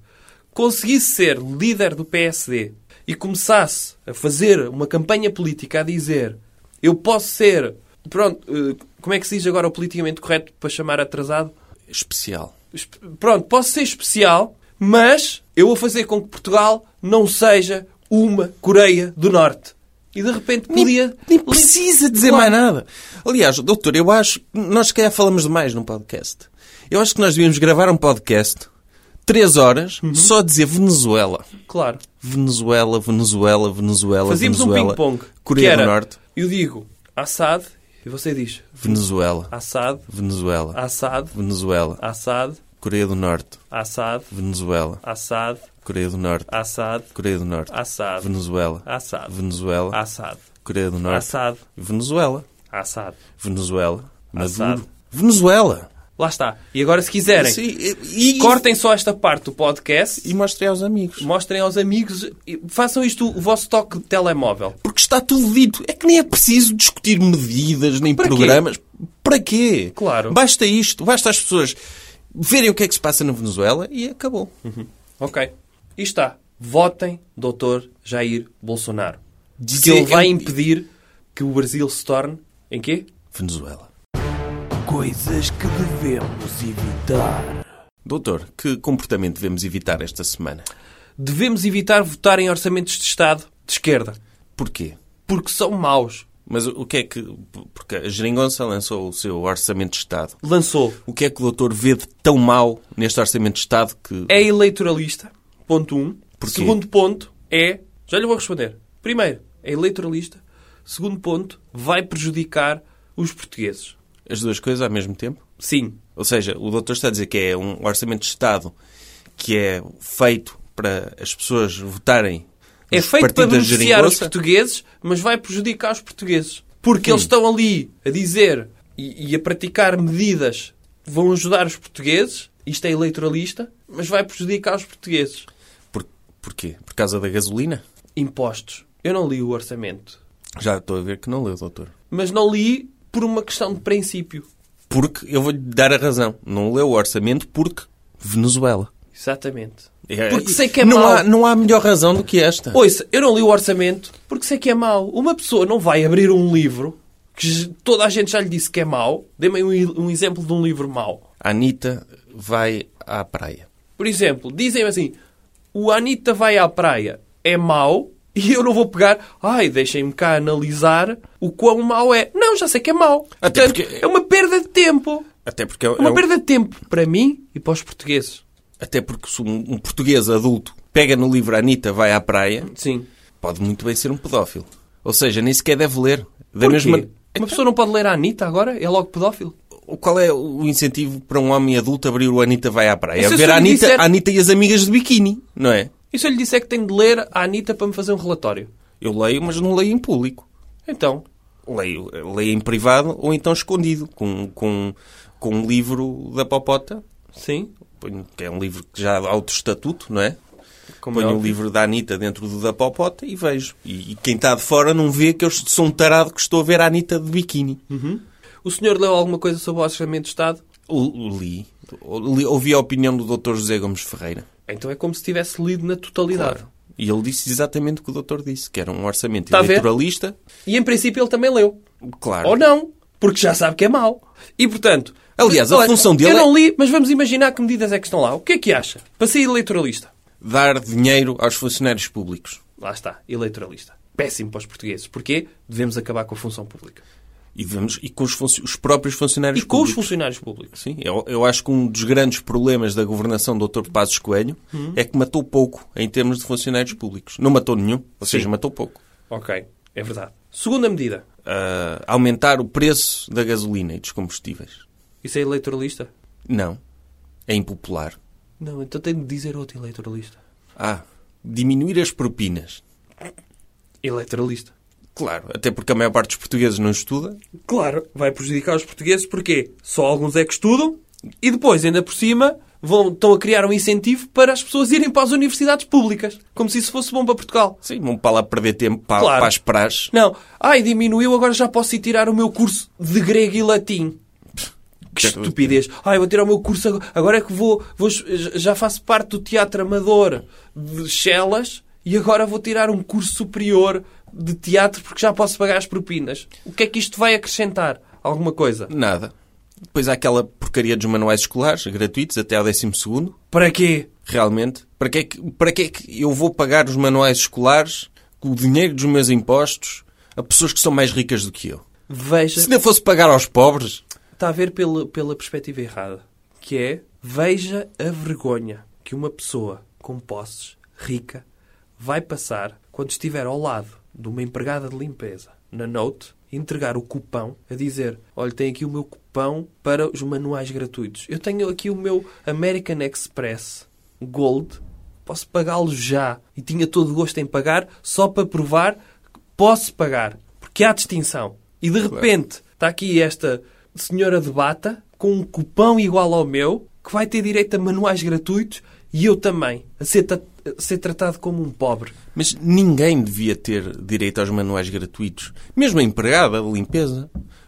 [SPEAKER 3] conseguisse ser líder do PSD e começasse a fazer uma campanha política a dizer eu posso ser, pronto, eh, como é que se diz agora o politicamente correto para chamar atrasado?
[SPEAKER 2] É Especial.
[SPEAKER 3] Espe- Pronto, posso ser especial, mas eu vou fazer com que Portugal não seja uma Coreia do Norte. E de repente podia.
[SPEAKER 2] Nem precisa dizer mais nada. Aliás, doutor, eu acho... Nós se calhar falamos demais num podcast. Eu acho que nós devíamos gravar um podcast, três horas,
[SPEAKER 3] Uhum.
[SPEAKER 2] só dizer Venezuela.
[SPEAKER 3] Claro.
[SPEAKER 2] Venezuela, Venezuela, Venezuela,
[SPEAKER 3] Fazíamos um
[SPEAKER 2] Venezuela.
[SPEAKER 3] ping-pong.
[SPEAKER 2] Coreia
[SPEAKER 3] que era,
[SPEAKER 2] do Norte,
[SPEAKER 3] Eu digo Assad e você diz
[SPEAKER 2] Venezuela,
[SPEAKER 3] Assad,
[SPEAKER 2] Venezuela,
[SPEAKER 3] Assad,
[SPEAKER 2] Venezuela,
[SPEAKER 3] Assad,
[SPEAKER 2] Coreia do Norte,
[SPEAKER 3] Assad,
[SPEAKER 2] Venezuela,
[SPEAKER 3] Assad,
[SPEAKER 2] Coreia do Norte,
[SPEAKER 3] Assad,
[SPEAKER 2] Coreia do Norte,
[SPEAKER 3] Assad,
[SPEAKER 2] Venezuela,
[SPEAKER 3] Assad,
[SPEAKER 2] Venezuela,
[SPEAKER 3] Assad,
[SPEAKER 2] Coreia do Norte,
[SPEAKER 3] Assad,
[SPEAKER 2] Venezuela,
[SPEAKER 3] Assad.
[SPEAKER 2] Venezuela, Maduro,
[SPEAKER 3] Assad.
[SPEAKER 2] Venezuela.
[SPEAKER 3] Lá está. E agora, se quiserem,
[SPEAKER 2] Sim, e, e,
[SPEAKER 3] cortem só esta parte do podcast.
[SPEAKER 2] e mostrei aos amigos.
[SPEAKER 3] Mostrem aos amigos, e façam isto o vosso toque de telemóvel.
[SPEAKER 2] Porque está tudo dito. É que nem é preciso discutir medidas, nem
[SPEAKER 3] Para quê?
[SPEAKER 2] programas. Para quê?
[SPEAKER 3] Claro.
[SPEAKER 2] Basta isto. Basta as pessoas verem o que é que se passa na Venezuela e acabou.
[SPEAKER 3] Ok. E está. Votem Dr. Jair Bolsonaro.
[SPEAKER 2] Diz
[SPEAKER 3] Que ele vai
[SPEAKER 2] ele-
[SPEAKER 3] impedir que o Brasil se torne em quê?
[SPEAKER 2] Venezuela.
[SPEAKER 1] Coisas que devemos evitar.
[SPEAKER 2] Doutor, que comportamento devemos evitar esta semana?
[SPEAKER 3] Devemos evitar votar em orçamentos de Estado de esquerda.
[SPEAKER 2] Porquê?
[SPEAKER 3] Porque são maus.
[SPEAKER 2] Mas o o que é que... Porque a Geringonça lançou o seu Orçamento de Estado.
[SPEAKER 3] Lançou.
[SPEAKER 2] O que é que o doutor vê de tão mau neste Orçamento de Estado que...
[SPEAKER 3] É eleitoralista. Ponto 1. Um.
[SPEAKER 2] Porquê?
[SPEAKER 3] Segundo ponto é. Já lhe vou responder. Primeiro, é eleitoralista. Segundo ponto, vai prejudicar os portugueses.
[SPEAKER 2] As duas coisas ao mesmo tempo?
[SPEAKER 3] Sim.
[SPEAKER 2] Ou seja, o doutor está a dizer que é um orçamento de Estado que é feito para as pessoas votarem
[SPEAKER 3] É
[SPEAKER 2] nos
[SPEAKER 3] feito para
[SPEAKER 2] partidos da
[SPEAKER 3] beneficiar os
[SPEAKER 2] geringonça.
[SPEAKER 3] portugueses, mas vai prejudicar os portugueses. Porque eles estão ali a dizer e, e a praticar medidas que vão ajudar os portugueses. Isto é eleitoralista, mas vai prejudicar os portugueses.
[SPEAKER 2] Por, porquê? Por causa da gasolina?
[SPEAKER 3] Impostos. Eu não li o orçamento.
[SPEAKER 2] Já estou a ver que não leu, doutor.
[SPEAKER 3] Mas não li por uma questão de princípio.
[SPEAKER 2] Porque eu vou-lhe dar a razão. Não leu o orçamento porque Venezuela.
[SPEAKER 3] Exatamente.
[SPEAKER 2] É-
[SPEAKER 3] Porque sei que é
[SPEAKER 5] não,
[SPEAKER 3] mau.
[SPEAKER 5] há, não há melhor razão do que esta.
[SPEAKER 3] Ouça, eu não li o orçamento porque sei que é mau. Uma pessoa não vai abrir um livro que j- toda a gente já lhe disse que é mau. Dê-me aí um, i- um exemplo de um livro mau.
[SPEAKER 2] A Anitta vai à praia.
[SPEAKER 3] Por exemplo, dizem-me assim: o Anitta vai à praia é mau e eu não vou pegar. Ai, deixem-me cá analisar o quão mau é. Não, já sei que é mau.
[SPEAKER 2] Até
[SPEAKER 3] Portanto,
[SPEAKER 2] porque-
[SPEAKER 3] é uma perda de tempo.
[SPEAKER 2] Até porque, é,
[SPEAKER 3] É uma
[SPEAKER 2] é um-
[SPEAKER 3] perda de tempo para mim e para os portugueses.
[SPEAKER 2] até porque se um, um português adulto pega no livro A Anitta vai à praia,
[SPEAKER 3] Sim.
[SPEAKER 2] pode muito bem ser um pedófilo. Ou seja, nem sequer deve ler. Da
[SPEAKER 3] Porquê?
[SPEAKER 2] mesma...
[SPEAKER 3] Uma pessoa não pode ler a Anitta agora? É logo pedófilo?
[SPEAKER 2] Qual é o incentivo para um homem adulto abrir o Anitta vai à praia?
[SPEAKER 3] Mas
[SPEAKER 2] É
[SPEAKER 3] se eu
[SPEAKER 2] ver
[SPEAKER 3] só
[SPEAKER 2] a
[SPEAKER 3] lhe
[SPEAKER 2] Anitta,
[SPEAKER 3] disser-
[SPEAKER 2] a Anitta e as amigas de biquíni, não é?
[SPEAKER 3] E se eu lhe disser que tenho de ler a Anitta para me fazer um relatório?
[SPEAKER 2] Eu leio, mas não leio em público.
[SPEAKER 3] Então,
[SPEAKER 2] Leio, leio em privado ou então escondido, com, com, com um livro da Popota,
[SPEAKER 3] sim.
[SPEAKER 2] ponho- que é um livro que já há outro estatuto, não é?
[SPEAKER 3] Como
[SPEAKER 2] Ponho
[SPEAKER 3] é
[SPEAKER 2] o livro da Anitta dentro do da Popota e vejo. E, e quem está de fora não vê que eu sou um tarado que estou a ver a Anitta de biquíni.
[SPEAKER 3] O senhor leu alguma coisa sobre o orçamento de Estado?
[SPEAKER 2] O- o Li, o- li- ouvi a opinião do Dr. José Gomes Ferreira.
[SPEAKER 3] Então é como se tivesse lido na totalidade.
[SPEAKER 2] E ele disse exatamente o que o doutor disse, que era um orçamento
[SPEAKER 3] Tá a ver?
[SPEAKER 2] eleitoralista.
[SPEAKER 3] E em princípio ele também leu.
[SPEAKER 2] Claro.
[SPEAKER 3] Ou não, porque já sabe que é mau. E portanto...
[SPEAKER 2] Aliás, a
[SPEAKER 3] olha,
[SPEAKER 2] função dele
[SPEAKER 3] Eu
[SPEAKER 2] é-
[SPEAKER 3] não li, mas vamos imaginar que medidas é que estão lá. O que é que acha? Para ser eleitoralista.
[SPEAKER 2] Dar dinheiro aos funcionários públicos.
[SPEAKER 3] Lá está, eleitoralista. Péssimo para os portugueses. Porquê? Devemos acabar com a função pública.
[SPEAKER 2] E, vemos, e com os, funcio- os próprios funcionários
[SPEAKER 3] E com os
[SPEAKER 2] públicos.
[SPEAKER 3] funcionários públicos.
[SPEAKER 2] Sim, eu, eu acho que um dos grandes problemas da governação do Dr. Passos Coelho
[SPEAKER 3] Uhum.
[SPEAKER 2] é que matou pouco em termos de funcionários públicos. Não matou nenhum, ou seja, matou pouco.
[SPEAKER 3] Ok, é verdade. Segunda medida.
[SPEAKER 2] Ah, aumentar o preço da gasolina e dos combustíveis.
[SPEAKER 3] Isso é eleitoralista?
[SPEAKER 2] Não. É impopular.
[SPEAKER 3] Não, então tenho de dizer outro eleitoralista.
[SPEAKER 2] Ah, diminuir as propinas.
[SPEAKER 3] Eleitoralista.
[SPEAKER 2] Claro, até porque a maior parte dos portugueses não estuda.
[SPEAKER 3] Claro, vai prejudicar os portugueses porque só alguns é que estudam e depois, ainda por cima, vão, estão a criar um incentivo para as pessoas irem para as universidades públicas. Como se isso fosse bom para Portugal.
[SPEAKER 2] Sim, vão para lá perder tempo para,
[SPEAKER 3] Claro.
[SPEAKER 2] para as praxes.
[SPEAKER 3] Não, ai, diminuiu, agora já posso ir tirar o meu curso de grego e latim. Que estupidez. Ai, vou tirar o meu curso agora. Agora é que vou, vou- Já faço parte do teatro amador de Chelas e agora vou tirar um curso superior de teatro porque já posso pagar as propinas. O que é que isto vai acrescentar? Alguma coisa?
[SPEAKER 2] Nada. Depois há aquela porcaria dos manuais escolares, gratuitos, até ao 12
[SPEAKER 3] Para quê?
[SPEAKER 2] Realmente. Para que, é que, para que é que eu vou pagar os manuais escolares com o dinheiro dos meus impostos a pessoas que são mais ricas do que eu?
[SPEAKER 3] Veja.
[SPEAKER 2] Se não fosse pagar aos pobres...
[SPEAKER 3] Está a ver pela, pela perspectiva errada. Que é, veja a vergonha que uma pessoa com posses, rica, vai passar quando estiver ao lado de uma empregada de limpeza, na Note, entregar o cupão a dizer, olha, tem aqui o meu cupão para os manuais gratuitos. Eu tenho aqui o meu American Express Gold, posso pagá-lo já. E tinha todo o gosto em pagar, só para provar que posso pagar. Porque há distinção. E de repente está aqui esta senhora de bata com um cupão igual ao meu que vai ter direito a manuais gratuitos e eu também a ser, ta- a ser tratado como um pobre.
[SPEAKER 2] Mas ninguém devia ter direito aos manuais gratuitos. Mesmo a empregada de limpeza.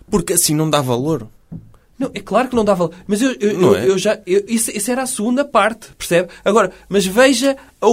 [SPEAKER 2] Porque assim não dá valor.
[SPEAKER 3] Não, é claro que não dá valor. Mas eu, eu,
[SPEAKER 2] Não
[SPEAKER 3] eu-
[SPEAKER 2] é?
[SPEAKER 3] eu já. eu- isso, isso era a segunda parte, percebe? Agora, mas veja a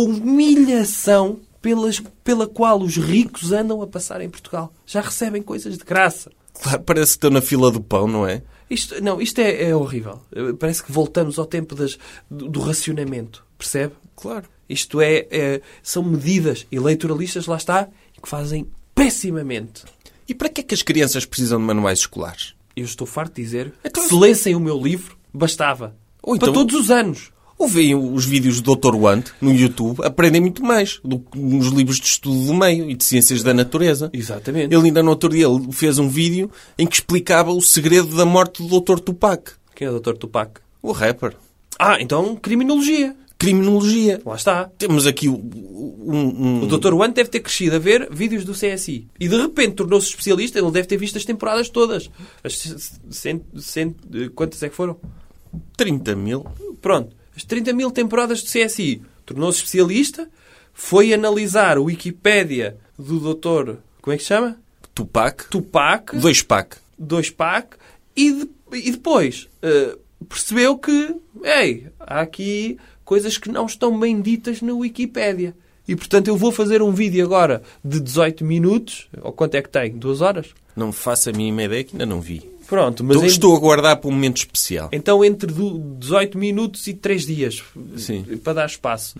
[SPEAKER 3] humilhação pelas, pela qual os ricos andam a passar em Portugal. Já recebem coisas de graça.
[SPEAKER 2] Claro, parece que estou na fila do pão, não é?
[SPEAKER 3] Isto, não, isto é, é horrível. Eh, Parece que voltamos ao tempo das, do, do racionamento, percebe?
[SPEAKER 2] Claro.
[SPEAKER 3] Isto é, é- são medidas eleitoralistas, lá está, que fazem pessimamente.
[SPEAKER 2] E para que é que as crianças precisam de manuais escolares?
[SPEAKER 3] Eu estou farto de dizer
[SPEAKER 2] Então-
[SPEAKER 3] que se lessem o meu livro, bastava.
[SPEAKER 2] Ou
[SPEAKER 3] Para
[SPEAKER 2] então-
[SPEAKER 3] todos os anos.
[SPEAKER 2] Ou veem os vídeos do Dr. Want no YouTube, aprendem muito mais do que nos livros de estudo do meio e de ciências da natureza.
[SPEAKER 3] Exatamente.
[SPEAKER 2] Ele ainda no outro dia ele fez um vídeo em que explicava o segredo da morte do Dr. Tupac,
[SPEAKER 3] Quem é o Dr. Tupac?
[SPEAKER 2] o rapper.
[SPEAKER 3] Ah, então criminologia.
[SPEAKER 2] Criminologia.
[SPEAKER 3] Lá está.
[SPEAKER 2] Temos aqui o- o- um... um-
[SPEAKER 3] O Dr. One deve ter crescido a ver vídeos do CSI. E de repente tornou-se especialista. Ele deve ter visto as temporadas todas. As c- cento- cento- eh, quantas é que foram?
[SPEAKER 2] 30 mil.
[SPEAKER 3] Pronto, as 30 mil temporadas do CSI. Tornou-se especialista, foi analisar o Wikipédia do doutor, como é que se chama?
[SPEAKER 2] Tupac.
[SPEAKER 3] Tupac,
[SPEAKER 2] Dois pac.
[SPEAKER 3] dois Pac, e, de- e depois eh, percebeu que, ei, há aqui coisas que não estão bem ditas na Wikipédia. E, portanto, eu vou fazer um vídeo agora de 18 minutos, ou quanto é que tem? Duas horas?
[SPEAKER 2] Não faço a mínima ideia que ainda não vi.
[SPEAKER 3] Pronto, mas...
[SPEAKER 2] Então
[SPEAKER 3] é-
[SPEAKER 2] Estou,
[SPEAKER 3] em-
[SPEAKER 2] estou a guardar para um momento especial.
[SPEAKER 3] Então, entre du- 18 minutos e 3 dias,
[SPEAKER 2] Sim. Uhum.
[SPEAKER 3] para dar espaço,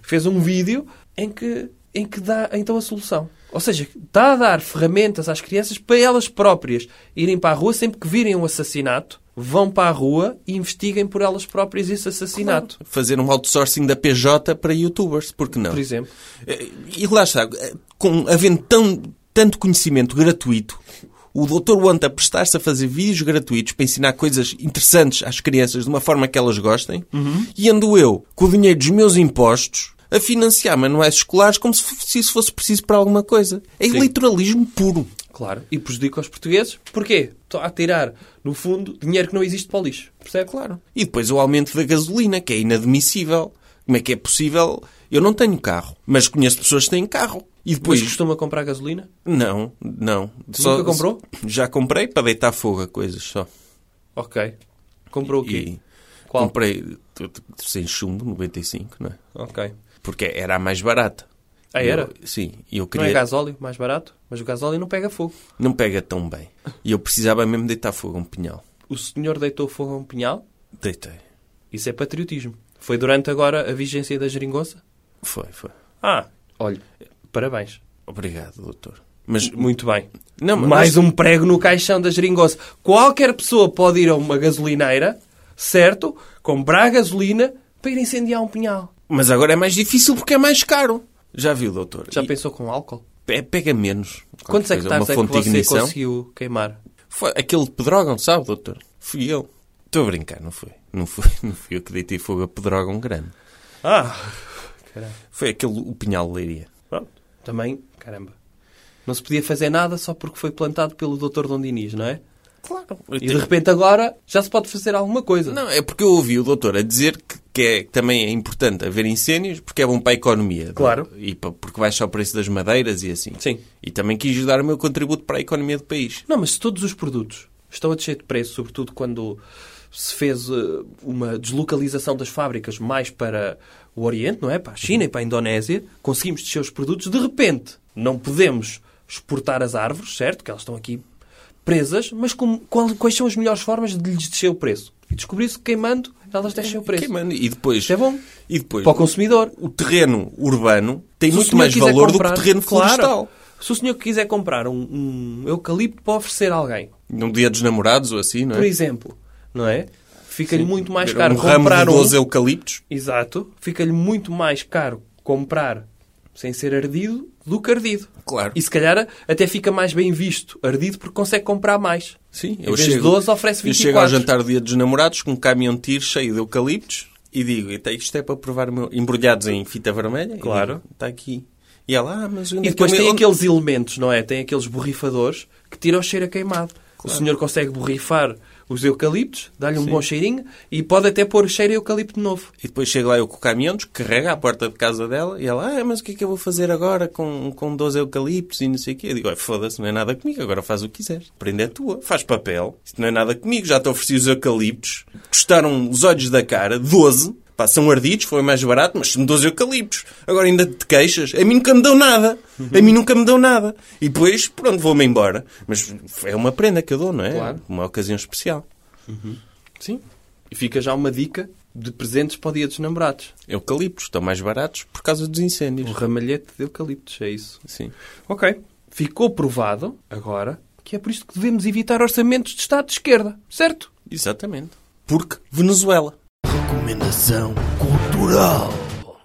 [SPEAKER 3] fez um vídeo em que, em que dá então a solução. Ou seja, está a dar ferramentas às crianças para elas próprias irem para a rua sempre que virem um assassinato, vão para a rua e investiguem por elas próprias esse assassinato.
[SPEAKER 2] Fazer um outsourcing da PJ para youtubers, porque não?
[SPEAKER 3] Por exemplo.
[SPEAKER 2] Eh, E lá está, eh, com, havendo tão, tanto conhecimento gratuito, o Dr. Wanta prestar-se a fazer vídeos gratuitos para ensinar coisas interessantes às crianças de uma forma que elas gostem, e ando eu, com o dinheiro dos meus impostos, a financiar manuais escolares como se, f- se isso fosse preciso para alguma coisa. É eleitoralismo puro.
[SPEAKER 3] Claro. E prejudica os portugueses. Porquê? Estão a tirar, no fundo, dinheiro que não existe para o lixo. Percebe? Claro.
[SPEAKER 2] E depois o aumento da gasolina, que é inadmissível. Como é que é possível? Eu não tenho carro, mas conheço pessoas que têm carro. E
[SPEAKER 3] Pois
[SPEAKER 2] depois
[SPEAKER 3] costuma comprar gasolina?
[SPEAKER 2] Não, não.
[SPEAKER 3] comprou?
[SPEAKER 2] Já comprei para deitar fogo a coisas só.
[SPEAKER 3] Ok. Comprou o quê?
[SPEAKER 2] E
[SPEAKER 3] Qual?
[SPEAKER 2] comprei t- t- sem chumbo, 95, não é?
[SPEAKER 3] Ok.
[SPEAKER 2] Porque era a mais barata.
[SPEAKER 3] Ah, era?
[SPEAKER 2] Eu- sim, e eu
[SPEAKER 3] Não
[SPEAKER 2] queria.
[SPEAKER 3] é gasóleo mais barato, mas o gasóleo não pega fogo.
[SPEAKER 2] não pega tão bem. E eu precisava mesmo deitar fogo a um pinhal.
[SPEAKER 3] O senhor deitou fogo a um pinhal,
[SPEAKER 2] Deitei.
[SPEAKER 3] isso é patriotismo. Foi durante agora a vigência da geringonça?
[SPEAKER 2] Foi, foi.
[SPEAKER 3] Ah, olha, parabéns.
[SPEAKER 2] Obrigado, doutor. Mas
[SPEAKER 3] Muito bem.
[SPEAKER 2] Não, mas-
[SPEAKER 3] Mais um prego no caixão da geringonça. Qualquer pessoa pode ir a uma gasolineira, certo? Comprar gasolina para ir incendiar um pinhal.
[SPEAKER 2] Mas agora é mais difícil porque é mais caro. Já viu, doutor?
[SPEAKER 3] Já
[SPEAKER 2] E
[SPEAKER 3] pensou com álcool?
[SPEAKER 2] pe- Pega menos. Qualquer
[SPEAKER 3] Quantos
[SPEAKER 2] coisa,
[SPEAKER 3] hectares
[SPEAKER 2] uma
[SPEAKER 3] é que
[SPEAKER 2] fonte de
[SPEAKER 3] você
[SPEAKER 2] ignição.
[SPEAKER 3] conseguiu queimar?
[SPEAKER 2] Foi aquele de Pedrógão, sabe, doutor? Fui eu. Estou a brincar, não foi? Não foi, não fui eu que deitei fogo a Pedrógão grande.
[SPEAKER 3] Ah, caramba.
[SPEAKER 2] Foi aquele, o Pinhal de Leiria.
[SPEAKER 3] Pronto. Também, caramba. Não se podia fazer nada só porque foi plantado pelo Dr. Dom Dinis, não é?
[SPEAKER 2] Claro.
[SPEAKER 3] E de repente agora já se pode fazer alguma coisa.
[SPEAKER 2] Não, é porque eu ouvi o doutor a dizer que, que é- que também é importante haver incêndios porque é bom para a economia.
[SPEAKER 3] Claro.
[SPEAKER 2] E pa- porque baixa o preço das madeiras e assim.
[SPEAKER 3] Sim.
[SPEAKER 2] E também quis dar o meu contributo para a economia do país.
[SPEAKER 3] Não, mas se todos os produtos estão a descer de preço, sobretudo quando se fez eh, uma deslocalização das fábricas mais para o Oriente, não é? Para a China e para a Indonésia, conseguimos descer os produtos, de repente não podemos exportar as árvores, certo? Que elas estão aqui presas, mas como- qual- quais são as melhores formas de lhes descer o preço? E descobriu-se que queimando elas descem É o preço.
[SPEAKER 2] Queimando. E depois...
[SPEAKER 3] Isto é bom.
[SPEAKER 2] E depois...
[SPEAKER 3] Para o consumidor.
[SPEAKER 2] O terreno urbano tem
[SPEAKER 3] Se o
[SPEAKER 2] muito
[SPEAKER 3] senhor
[SPEAKER 2] mais
[SPEAKER 3] quiser
[SPEAKER 2] valor do
[SPEAKER 3] comprar-
[SPEAKER 2] que o terreno
[SPEAKER 3] Claro.
[SPEAKER 2] florestal.
[SPEAKER 3] Se o senhor quiser comprar um, um eucalipto para oferecer a alguém,
[SPEAKER 2] Num dia dos namorados ou assim, não é?
[SPEAKER 3] por exemplo, não é? Fica-lhe muito mais
[SPEAKER 2] Um
[SPEAKER 3] caro
[SPEAKER 2] ramo
[SPEAKER 3] comprar
[SPEAKER 2] de
[SPEAKER 3] um.
[SPEAKER 2] 12 eucaliptos.
[SPEAKER 3] Exato. Fica-lhe muito mais caro comprar sem ser ardido do que ardido.
[SPEAKER 2] Claro.
[SPEAKER 3] E se calhar até fica mais bem visto ardido porque consegue comprar mais.
[SPEAKER 2] Sim,
[SPEAKER 3] Em vez de 12 oferece
[SPEAKER 2] Eu chego ao
[SPEAKER 3] 24.
[SPEAKER 2] jantar do dia dos namorados com um caminhão de tiro cheio de eucaliptos e digo, "Então isto é para provar o meu... Embrulhados em fita vermelha. e
[SPEAKER 3] Claro.
[SPEAKER 2] digo, Está aqui. E ela, ah, mas onde é
[SPEAKER 3] E
[SPEAKER 2] que
[SPEAKER 3] depois
[SPEAKER 2] eu me-
[SPEAKER 3] tem
[SPEAKER 2] onde-
[SPEAKER 3] aqueles elementos, não é? Tem aqueles borrifadores que tiram o cheiro a queimado. O senhor consegue borrifar os eucaliptos, dá-lhe um bom cheirinho e pode até pôr o cheiro a eucalipto novo.
[SPEAKER 2] E depois chego lá eu com o caminhão, descarrega à porta de casa dela e ela, ah, mas o que é que eu vou fazer agora com, com 12 eucaliptos e não sei o quê? Eu digo, "Olha, foda-se, não é nada comigo, agora faz o que quiseres. Prenda é tua, faz papel, isto não é nada comigo, já te ofereci os eucaliptos, custaram os olhos da cara, 12, pá, são ardidos, foi mais barato, mas são 12 eucaliptos. Agora ainda te queixas? A mim nunca me deu nada, a mim nunca me deu nada. E depois, pronto, vou-me embora. Mas é uma prenda que eu dou, não é?
[SPEAKER 3] Claro.
[SPEAKER 2] Uma ocasião especial.
[SPEAKER 3] Sim. E fica já uma dica de presentes para o dia dos namorados.
[SPEAKER 2] Eucaliptos estão mais baratos por causa dos
[SPEAKER 3] Um
[SPEAKER 2] incêndios.
[SPEAKER 3] ramalhete de eucaliptos, é isso.
[SPEAKER 2] Sim.
[SPEAKER 3] Ok. Ficou provado, agora, que é por isto que devemos evitar orçamentos de Estado de esquerda, certo?
[SPEAKER 2] Exatamente. Porque Venezuela.
[SPEAKER 1] Recomendação cultural.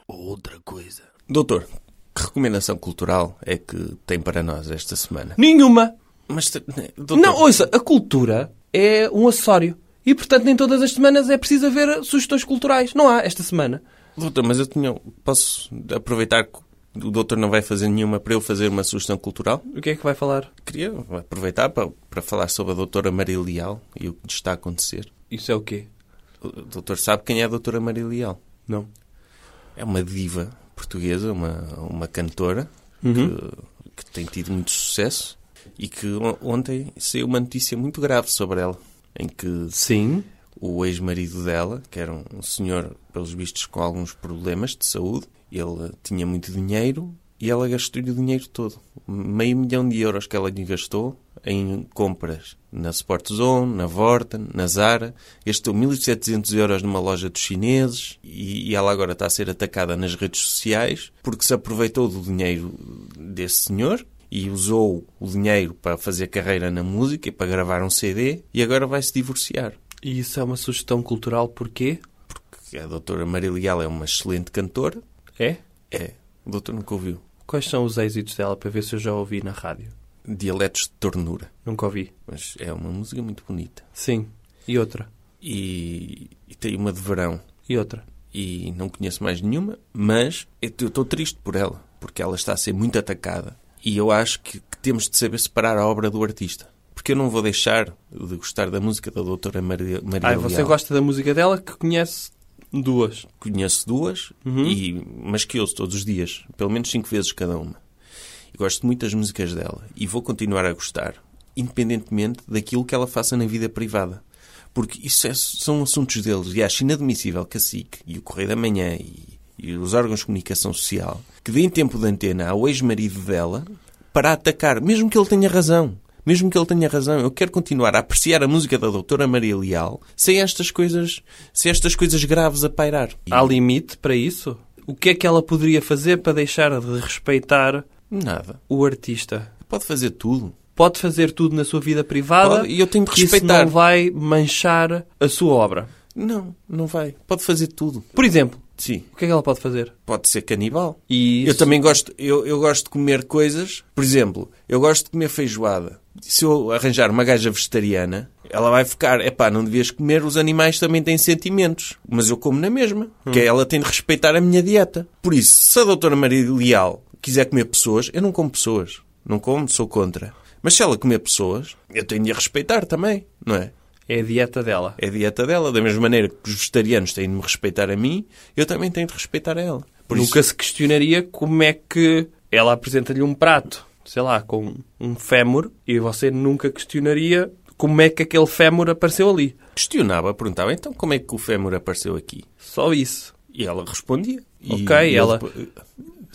[SPEAKER 1] Ou outra coisa.
[SPEAKER 2] Doutor, que recomendação cultural é que tem para nós esta semana?
[SPEAKER 3] Nenhuma.
[SPEAKER 2] Mas, te- né, doutor,
[SPEAKER 3] Não, ouça, a cultura é um acessório. E, portanto, nem todas as semanas é preciso haver sugestões culturais. Não há esta semana.
[SPEAKER 2] doutor, mas eu tinha... Posso aproveitar que o doutor não vai fazer nenhuma para eu fazer uma sugestão cultural?
[SPEAKER 3] O que é que vai falar?
[SPEAKER 2] Queria aproveitar para, para falar sobre a doutora Maria Leal e o que lhe está a acontecer.
[SPEAKER 3] Isso é o quê?
[SPEAKER 2] O doutor sabe quem é a doutora Maria Leal?
[SPEAKER 3] Não.
[SPEAKER 2] É uma diva portuguesa, uma, uma cantora que, que tem tido muito sucesso e que on- ontem saiu uma notícia muito grave sobre ela, em que
[SPEAKER 3] Sim.
[SPEAKER 2] o ex-marido dela, que era um um senhor, pelos vistos, com alguns problemas de saúde. Ele eh, tinha muito dinheiro e ela gastou-lhe o dinheiro todo. Meio milhão de euros que ela lhe gastou em compras na Sport Zone, na Vorten, na Zara. Gastou 1.700 euros numa loja dos chineses e, e ela agora está a ser atacada nas redes sociais porque se aproveitou do dinheiro desse senhor e usou o dinheiro para fazer carreira na música e para gravar um CD e agora vai se divorciar.
[SPEAKER 3] E isso é uma sugestão cultural porquê?
[SPEAKER 2] Porque a doutora Maria Leal é uma excelente cantora.
[SPEAKER 3] É?
[SPEAKER 2] É, o doutor nunca ouviu.
[SPEAKER 3] Quais são os êxitos dela para ver se eu já ouvi na rádio?
[SPEAKER 2] Dialetos de Tornura.
[SPEAKER 3] Nunca ouvi.
[SPEAKER 2] Mas é uma música muito bonita.
[SPEAKER 3] Sim. E outra?
[SPEAKER 2] E, e tem uma de verão.
[SPEAKER 3] E outra?
[SPEAKER 2] E não conheço mais nenhuma, mas eu estou triste por ela. Porque ela está a ser muito atacada. E eu acho que, que temos de saber separar a obra do artista. Porque eu não vou deixar de gostar da música da doutora Maria, Maria
[SPEAKER 3] Ah, você
[SPEAKER 2] Leal.
[SPEAKER 3] gosta da música dela que conhece duas.
[SPEAKER 2] conheço duas,
[SPEAKER 3] Uhum.
[SPEAKER 2] e, mas que ouço todos os dias, pelo menos cinco vezes cada uma. E gosto muito das músicas dela e vou continuar a gostar, independentemente daquilo que ela faça na vida privada. Porque isso é- são assuntos deles e acho inadmissível que a SIC e o Correio da Manhã e, e os órgãos de comunicação social que deem tempo de antena ao ex-marido dela para atacar, mesmo que ele tenha razão. Mesmo que ele tenha razão, eu quero continuar a apreciar a música da doutora Maria Leal sem estas coisas, sem estas coisas graves a pairar. E-
[SPEAKER 3] Há limite para isso? O que é que ela poderia fazer para deixar de respeitar
[SPEAKER 2] Nada.
[SPEAKER 3] o artista?
[SPEAKER 2] Pode fazer tudo.
[SPEAKER 3] Pode fazer tudo na sua vida privada
[SPEAKER 2] Pode, e eu tenho de
[SPEAKER 3] que isso
[SPEAKER 2] respeitar.
[SPEAKER 3] não vai manchar a sua obra.
[SPEAKER 2] Não, não vai. Pode fazer tudo.
[SPEAKER 3] Por exemplo,
[SPEAKER 2] Sim,
[SPEAKER 3] o que é que ela pode fazer?
[SPEAKER 2] pode ser canibal.
[SPEAKER 3] E
[SPEAKER 2] Eu também gosto, eu, eu gosto de comer coisas. Por exemplo, eu gosto de comer feijoada. Se eu arranjar uma gaja vegetariana, ela vai ficar, epá, não devias comer, os animais também têm sentimentos. Mas eu como na mesma. Que é ela tem de respeitar a minha dieta. Por isso, se a doutora Maria Leal quiser comer pessoas, eu não como pessoas. Não como, sou contra. Mas se ela comer pessoas, eu tenho de a respeitar também, não é?
[SPEAKER 3] É a dieta dela.
[SPEAKER 2] É a dieta dela. Da mesma maneira que os vegetarianos têm de me respeitar a mim, eu também tenho de respeitar a ela. Por
[SPEAKER 3] Nunca
[SPEAKER 2] isso,
[SPEAKER 3] se questionaria como é que ela apresenta-lhe um prato, sei lá, com um fémur, e você nunca questionaria como é que aquele fémur apareceu ali.
[SPEAKER 2] questionava, perguntava, então como é que o fémur apareceu aqui?
[SPEAKER 3] Só isso.
[SPEAKER 2] E ela respondia. E
[SPEAKER 3] Ok,
[SPEAKER 2] eu
[SPEAKER 3] ela-
[SPEAKER 2] depois-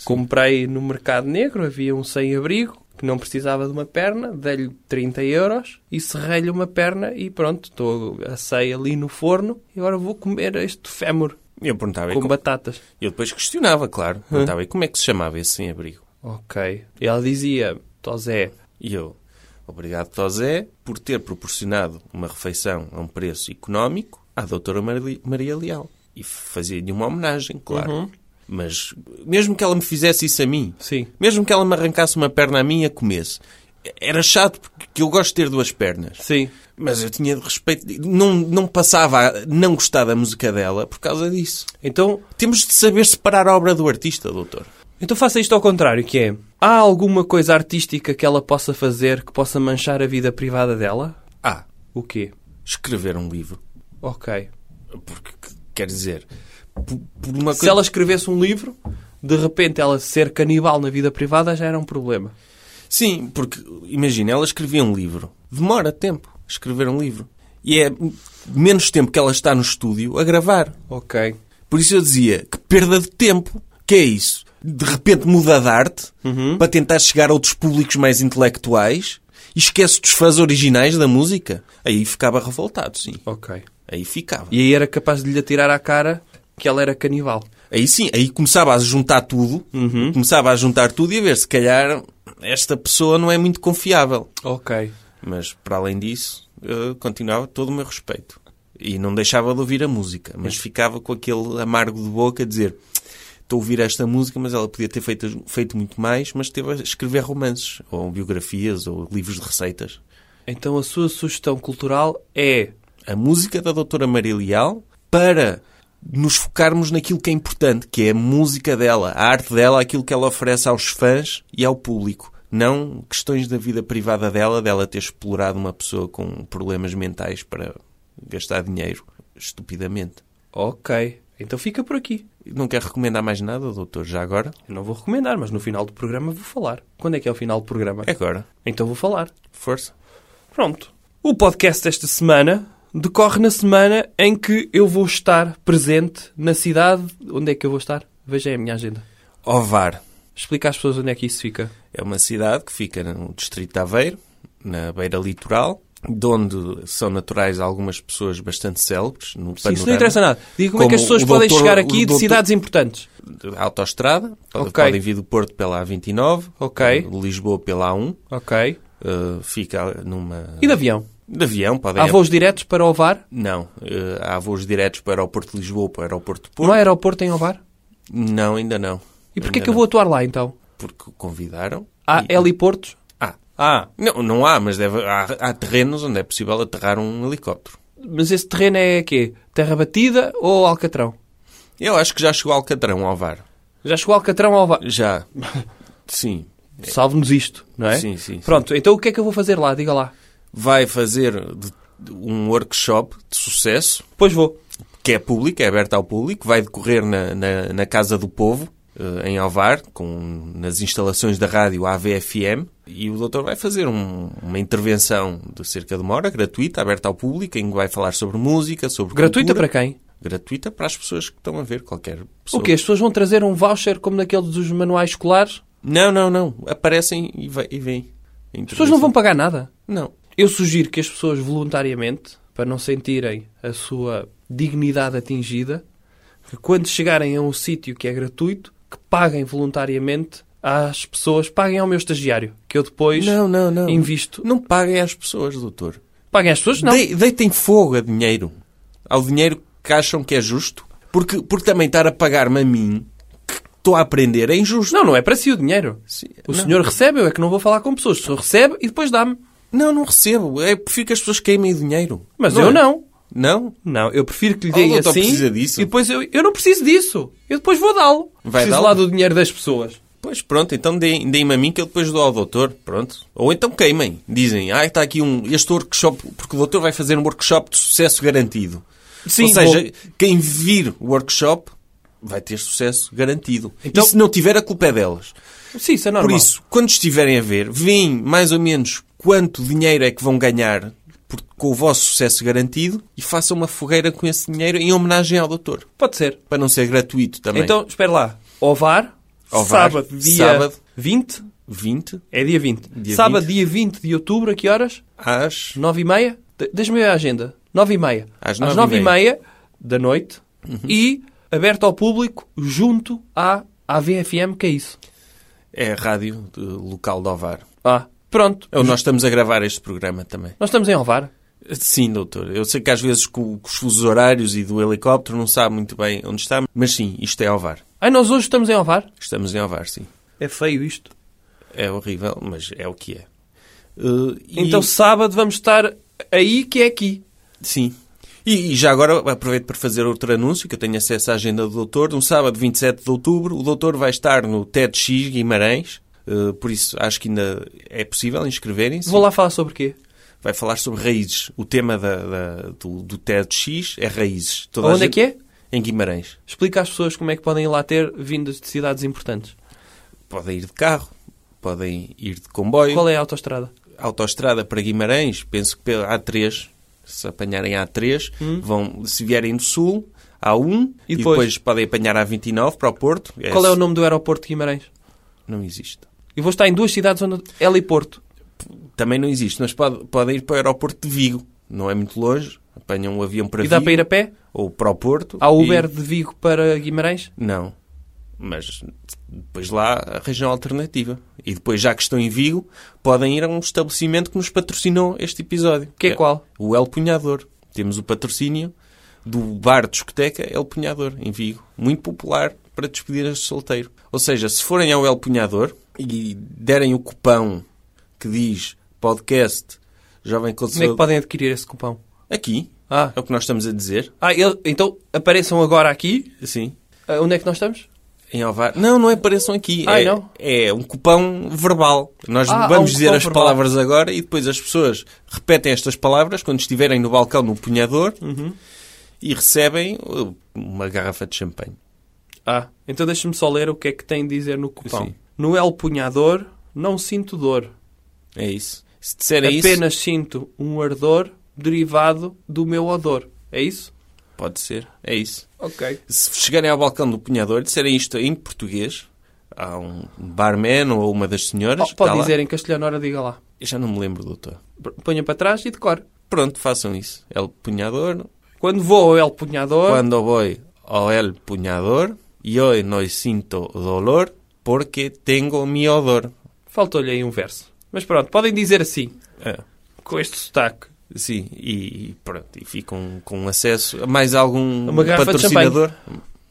[SPEAKER 3] Comprei no mercado negro, havia um sem-abrigo que não precisava de uma perna, dei-lhe 30 euros e serrei-lhe uma perna e pronto, estou assei ali no forno e agora vou comer este fémur
[SPEAKER 2] Eu perguntava, e
[SPEAKER 3] com
[SPEAKER 2] como-
[SPEAKER 3] batatas.
[SPEAKER 2] eu depois questionava, claro. Perguntava, e como é que se chamava esse sem-abrigo?
[SPEAKER 3] Ok. E ela dizia, Tosé,
[SPEAKER 2] E eu, obrigado, Tosé, por ter proporcionado uma refeição a um preço económico à doutora Mari- Maria Leal. E fazia-lhe uma homenagem, claro. Mas mesmo que ela me fizesse isso a mim,
[SPEAKER 3] Sim.
[SPEAKER 2] mesmo que ela me arrancasse uma perna a mim e a comesse, era chato porque eu gosto de ter duas pernas.
[SPEAKER 3] sim,
[SPEAKER 2] Mas eu tinha de respeito, não, não passava a não gostar da música dela por causa disso.
[SPEAKER 3] então
[SPEAKER 2] Temos de saber separar a obra do artista, doutor.
[SPEAKER 3] Então faça isto ao contrário, que é... Há alguma coisa artística que ela possa fazer que possa manchar a vida privada dela?
[SPEAKER 2] Ah,
[SPEAKER 3] O quê?
[SPEAKER 2] escrever um livro.
[SPEAKER 3] Ok.
[SPEAKER 2] Porque, quer dizer, por, por uma
[SPEAKER 3] Se ela escrevesse um livro, de repente ela ser canibal na vida privada já era um problema.
[SPEAKER 2] Sim, porque imagina, ela escrevia um livro. Demora tempo escrever um livro. E é menos tempo que ela está no estúdio a gravar.
[SPEAKER 3] Ok.
[SPEAKER 2] Por isso eu dizia que perda de tempo, que é isso? De repente muda de arte para tentar chegar a outros públicos mais intelectuais e esquece dos fãs originais da música. Aí ficava revoltado, sim.
[SPEAKER 3] Ok.
[SPEAKER 2] Aí ficava.
[SPEAKER 3] E aí era capaz de lhe atirar à cara que ela era canibal.
[SPEAKER 2] Aí sim, aí começava a juntar tudo, começava a juntar tudo e a ver se calhar esta pessoa não é muito confiável.
[SPEAKER 3] Ok.
[SPEAKER 2] Mas para além disso, eh, continuava todo o meu respeito. E não deixava de ouvir a música, mas ficava com aquele amargo de boca a dizer: estou a ouvir esta música, mas ela podia ter feito, feito muito mais, mas teve a escrever romances, ou biografias, ou livros de receitas.
[SPEAKER 3] Então a sua sugestão cultural é...
[SPEAKER 2] A música da Doutora Maria Leal para nos focarmos naquilo que é importante, que é a música dela, a arte dela, aquilo que ela oferece aos fãs e ao público. Não questões da vida privada dela, dela ter explorado uma pessoa com problemas mentais para gastar dinheiro estupidamente.
[SPEAKER 3] Ok. Então fica por aqui.
[SPEAKER 2] Não quer recomendar mais nada, doutor, já agora?
[SPEAKER 3] Eu não vou recomendar, mas no final do programa vou falar. Quando é que é o final do programa?
[SPEAKER 2] É agora.
[SPEAKER 3] Então vou falar.
[SPEAKER 2] Força.
[SPEAKER 3] Pronto. O podcast desta semana decorre na semana em que eu vou estar presente na cidade. Onde é que eu vou estar? Veja aí a minha agenda.
[SPEAKER 2] Ovar
[SPEAKER 3] Explica às pessoas onde é que isso fica.
[SPEAKER 2] é uma cidade que fica no distrito de Aveiro, na beira litoral, de onde são naturais algumas pessoas bastante célebres no
[SPEAKER 3] Sim,
[SPEAKER 2] panorama.
[SPEAKER 3] isso não interessa nada. Diga como, é que
[SPEAKER 2] Como
[SPEAKER 3] as pessoas
[SPEAKER 2] o
[SPEAKER 3] podem
[SPEAKER 2] doutor-
[SPEAKER 3] chegar
[SPEAKER 2] o
[SPEAKER 3] aqui de
[SPEAKER 2] doutor-
[SPEAKER 3] cidades importantes.
[SPEAKER 2] De Autoestrada, pode-
[SPEAKER 3] Ok.
[SPEAKER 2] podem vir do Porto pela A29,
[SPEAKER 3] Ok.
[SPEAKER 2] de eh, Lisboa pela A1,
[SPEAKER 3] Ok.
[SPEAKER 2] eh, fica numa...
[SPEAKER 3] E de avião?
[SPEAKER 2] De avião, podem...
[SPEAKER 3] Há voos diretos para Ovar?
[SPEAKER 2] Não, eh, há voos diretos para o aeroporto de Lisboa, para o aeroporto de
[SPEAKER 3] Não
[SPEAKER 2] Porto.
[SPEAKER 3] há aeroporto em Ovar?
[SPEAKER 2] Não, ainda não.
[SPEAKER 3] E porquê é
[SPEAKER 2] Ainda
[SPEAKER 3] que eu
[SPEAKER 2] não.
[SPEAKER 3] vou atuar lá, então?
[SPEAKER 2] Porque o convidaram.
[SPEAKER 3] Há
[SPEAKER 2] e-
[SPEAKER 3] heliportos?
[SPEAKER 2] Ah, ah, não, não há, mas deve, há, há terrenos onde é possível aterrar um helicóptero.
[SPEAKER 3] Mas esse terreno é quê? Terra batida ou Alcatrão?
[SPEAKER 2] Eu acho que já chegou ao Alcatrão, ao VAR.
[SPEAKER 3] Já chegou Alcatrão a Ovar?
[SPEAKER 2] Já. Sim.
[SPEAKER 3] Salve-nos isto, não é?
[SPEAKER 2] É. Sim, sim, sim.
[SPEAKER 3] Pronto, então o que é que eu vou fazer lá? Diga lá.
[SPEAKER 2] Vai fazer de- de um workshop de sucesso,
[SPEAKER 3] Pois vou.
[SPEAKER 2] que é público, é aberto ao público, vai decorrer na, na, na Casa do Povo, eh, em Alvar, com, nas instalações da rádio AVFM, e o doutor vai fazer um- uma intervenção de cerca de uma hora, gratuita, aberta ao público, em que vai falar sobre música, sobre
[SPEAKER 3] Gratuita
[SPEAKER 2] cultura.
[SPEAKER 3] para quem?
[SPEAKER 2] gratuita para as pessoas que estão a ver, qualquer pessoa.
[SPEAKER 3] O quê? As pessoas vão trazer um voucher como naqueles dos manuais escolares?
[SPEAKER 2] Não, não, não. Aparecem e, vai, e vêm.
[SPEAKER 3] As pessoas não vão pagar nada.
[SPEAKER 2] Não.
[SPEAKER 3] Eu sugiro que as pessoas voluntariamente, para não sentirem a sua dignidade atingida, que quando chegarem a um sítio que é gratuito, que paguem voluntariamente às pessoas, paguem ao meu estagiário, que eu depois
[SPEAKER 2] Não, não, não.
[SPEAKER 3] invisto.
[SPEAKER 2] Não paguem às pessoas, doutor.
[SPEAKER 3] Paguem às pessoas? Não.
[SPEAKER 2] De- deitem fogo a dinheiro. Ao dinheiro que acham que é justo. Porque, porque também estar a pagar-me a mim, que estou a aprender, é injusto.
[SPEAKER 3] Não, não é para si o dinheiro.
[SPEAKER 2] Sim,
[SPEAKER 3] O
[SPEAKER 2] não.
[SPEAKER 3] senhor recebe, eu é que não vou falar com pessoas. O senhor recebe e depois dá-me.
[SPEAKER 2] Não, não recebo. É, prefiro que as pessoas queimem o dinheiro.
[SPEAKER 3] Mas eu
[SPEAKER 2] é?
[SPEAKER 3] não.
[SPEAKER 2] Não?
[SPEAKER 3] Não, eu prefiro que lhe
[SPEAKER 2] Oh,
[SPEAKER 3] deem
[SPEAKER 2] doutor,
[SPEAKER 3] assim.
[SPEAKER 2] precisa disso?
[SPEAKER 3] E depois eu, eu não preciso disso. Eu depois vou dá-lo.
[SPEAKER 2] Vai
[SPEAKER 3] preciso
[SPEAKER 2] dá-lo?
[SPEAKER 3] lá do dinheiro das pessoas.
[SPEAKER 2] Pois pronto, então deem- deem-me a mim que eu depois dou ao doutor, pronto. Ou então queimem. Dizem, ah, está aqui um, este workshop, porque o doutor vai fazer um workshop de sucesso garantido.
[SPEAKER 3] Sim,
[SPEAKER 2] Ou seja,
[SPEAKER 3] vou.
[SPEAKER 2] quem vir o workshop vai ter sucesso garantido.
[SPEAKER 3] Então-
[SPEAKER 2] E se não tiver, a culpa é delas.
[SPEAKER 3] Sim, isso é normal.
[SPEAKER 2] Por isso, quando estiverem a ver, veem mais ou menos quanto dinheiro é que vão ganhar por- com o vosso sucesso garantido e façam uma fogueira com esse dinheiro em homenagem ao doutor.
[SPEAKER 3] Pode ser.
[SPEAKER 2] Para não ser gratuito também.
[SPEAKER 3] Então, espera lá. Ovar,
[SPEAKER 2] Ovar,
[SPEAKER 3] sábado, dia
[SPEAKER 2] sábado.
[SPEAKER 3] 20.
[SPEAKER 2] 20
[SPEAKER 3] É dia 20.
[SPEAKER 2] Dia
[SPEAKER 3] sábado,
[SPEAKER 2] 20.
[SPEAKER 3] dia 20 de outubro, a que horas?
[SPEAKER 2] às
[SPEAKER 3] 9 e meia? De- Deixa-me ver a agenda. 9 e meia.
[SPEAKER 2] Às
[SPEAKER 3] Às
[SPEAKER 2] 9 e
[SPEAKER 3] 9
[SPEAKER 2] Uhum.
[SPEAKER 3] e meia da noite. E aberto ao público junto à, à VFM, que é isso.
[SPEAKER 2] É a rádio de- local de Ovar.
[SPEAKER 3] Ah, pronto.
[SPEAKER 2] É onde nós estamos a gravar este programa também.
[SPEAKER 3] Nós estamos em Ovar.
[SPEAKER 2] Sim, doutor. Eu sei que às vezes com, com os fusos horários e do helicóptero não sabe muito bem onde está, mas sim, isto é Ovar.
[SPEAKER 3] Ai, nós hoje estamos em Ovar.
[SPEAKER 2] Estamos em Ovar, sim.
[SPEAKER 3] É feio isto.
[SPEAKER 2] É horrível, mas é o que é. Eh, e-
[SPEAKER 3] Então sábado vamos estar aí que é aqui.
[SPEAKER 2] Sim. E, e já agora aproveito para fazer outro anúncio, que eu tenho acesso à agenda do doutor. No sábado, 27 de outubro, o doutor vai estar no TEDx Guimarães. eh, por isso, acho que ainda é possível inscreverem-se.
[SPEAKER 3] Vou lá falar sobre quê?
[SPEAKER 2] vai falar sobre raízes. O tema da, da- do, do TEDx é raízes. Toda a
[SPEAKER 3] Onde é
[SPEAKER 2] gente-
[SPEAKER 3] que é?
[SPEAKER 2] Em Guimarães.
[SPEAKER 3] Explica às pessoas como é que podem ir lá ter vindas de cidades importantes.
[SPEAKER 2] Podem ir de carro, podem ir de comboio,
[SPEAKER 3] Qual é a autoestrada?
[SPEAKER 2] autoestrada para Guimarães, penso que pela A3, se apanharem a A3, vão, se vierem do Sul, A1,
[SPEAKER 3] Hum. E
[SPEAKER 2] e depois,
[SPEAKER 3] depois?
[SPEAKER 2] podem apanhar a A29 para o Porto.
[SPEAKER 3] Qual é o nome do aeroporto de Guimarães?
[SPEAKER 2] Não existe.
[SPEAKER 3] E vou estar em duas cidades onde... Ela e Porto.
[SPEAKER 2] Também não existe, mas pode- podem ir para o aeroporto de Vigo. Não é muito longe, apanham um avião para
[SPEAKER 3] E
[SPEAKER 2] Vigo.
[SPEAKER 3] dá para ir a pé?
[SPEAKER 2] Ou para o Porto.
[SPEAKER 3] Há Uber
[SPEAKER 2] e-
[SPEAKER 3] de Vigo para Guimarães?
[SPEAKER 2] Não. Mas depois lá arranjam alternativa. E depois, já que estão em Vigo, podem ir a um estabelecimento que nos patrocinou este episódio.
[SPEAKER 3] Que é qual?
[SPEAKER 2] O El Punhador. Temos o patrocínio do bar discoteca El Punhador, em Vigo. Muito popular para despedir de solteiro. Ou seja, se forem ao El Punhador e derem o cupão que diz podcast Jovem
[SPEAKER 3] Como é que
[SPEAKER 2] Conservador...
[SPEAKER 3] podem adquirir esse cupom?
[SPEAKER 2] Aqui.
[SPEAKER 3] Ah.
[SPEAKER 2] É o que nós estamos a dizer.
[SPEAKER 3] Ah, ele- então apareçam agora aqui.
[SPEAKER 2] Sim.
[SPEAKER 3] Ah, onde é que nós estamos?
[SPEAKER 2] Em Alvar. Não, não apareçam aqui.
[SPEAKER 3] Ai,
[SPEAKER 2] é,
[SPEAKER 3] Ah, não?
[SPEAKER 2] é um cupão verbal. Nós
[SPEAKER 3] Ah, há um
[SPEAKER 2] vamos dizer
[SPEAKER 3] cupão
[SPEAKER 2] as
[SPEAKER 3] verbal.
[SPEAKER 2] palavras agora e depois as pessoas repetem estas palavras quando estiverem no balcão no punhador e recebem uh, uma garrafa de champanhe.
[SPEAKER 3] Ah, então deixa-me só ler o que é que tem de dizer no cupom.
[SPEAKER 2] Sim.
[SPEAKER 3] No El Punhador, não sinto dor.
[SPEAKER 2] É isso. Se disserem
[SPEAKER 3] Apenas sinto um ardor derivado do meu odor. É isso?
[SPEAKER 2] Pode ser, é isso.
[SPEAKER 3] Ok.
[SPEAKER 2] Se chegarem ao balcão do punhador, disserem isto em português, há um barman ou uma das senhoras. que
[SPEAKER 3] pode
[SPEAKER 2] está Oh, tá lá.
[SPEAKER 3] dizer em castelhano, ora diga lá.
[SPEAKER 2] Eu já não me lembro, doutor.
[SPEAKER 3] Ponha para trás e decore.
[SPEAKER 2] Pronto, façam isso. El punhador,
[SPEAKER 3] Quando vou ao El Punhador,
[SPEAKER 2] Cuando voy a el puñador, yo no sinto dolor porque tengo mi odor.
[SPEAKER 3] faltou-lhe aí um verso. Mas pronto, podem dizer assim,
[SPEAKER 2] Ah,
[SPEAKER 3] com este sotaque.
[SPEAKER 2] sim, e pronto, e ficam com acesso a mais algum
[SPEAKER 3] Uma garrafa de
[SPEAKER 2] patrocinador.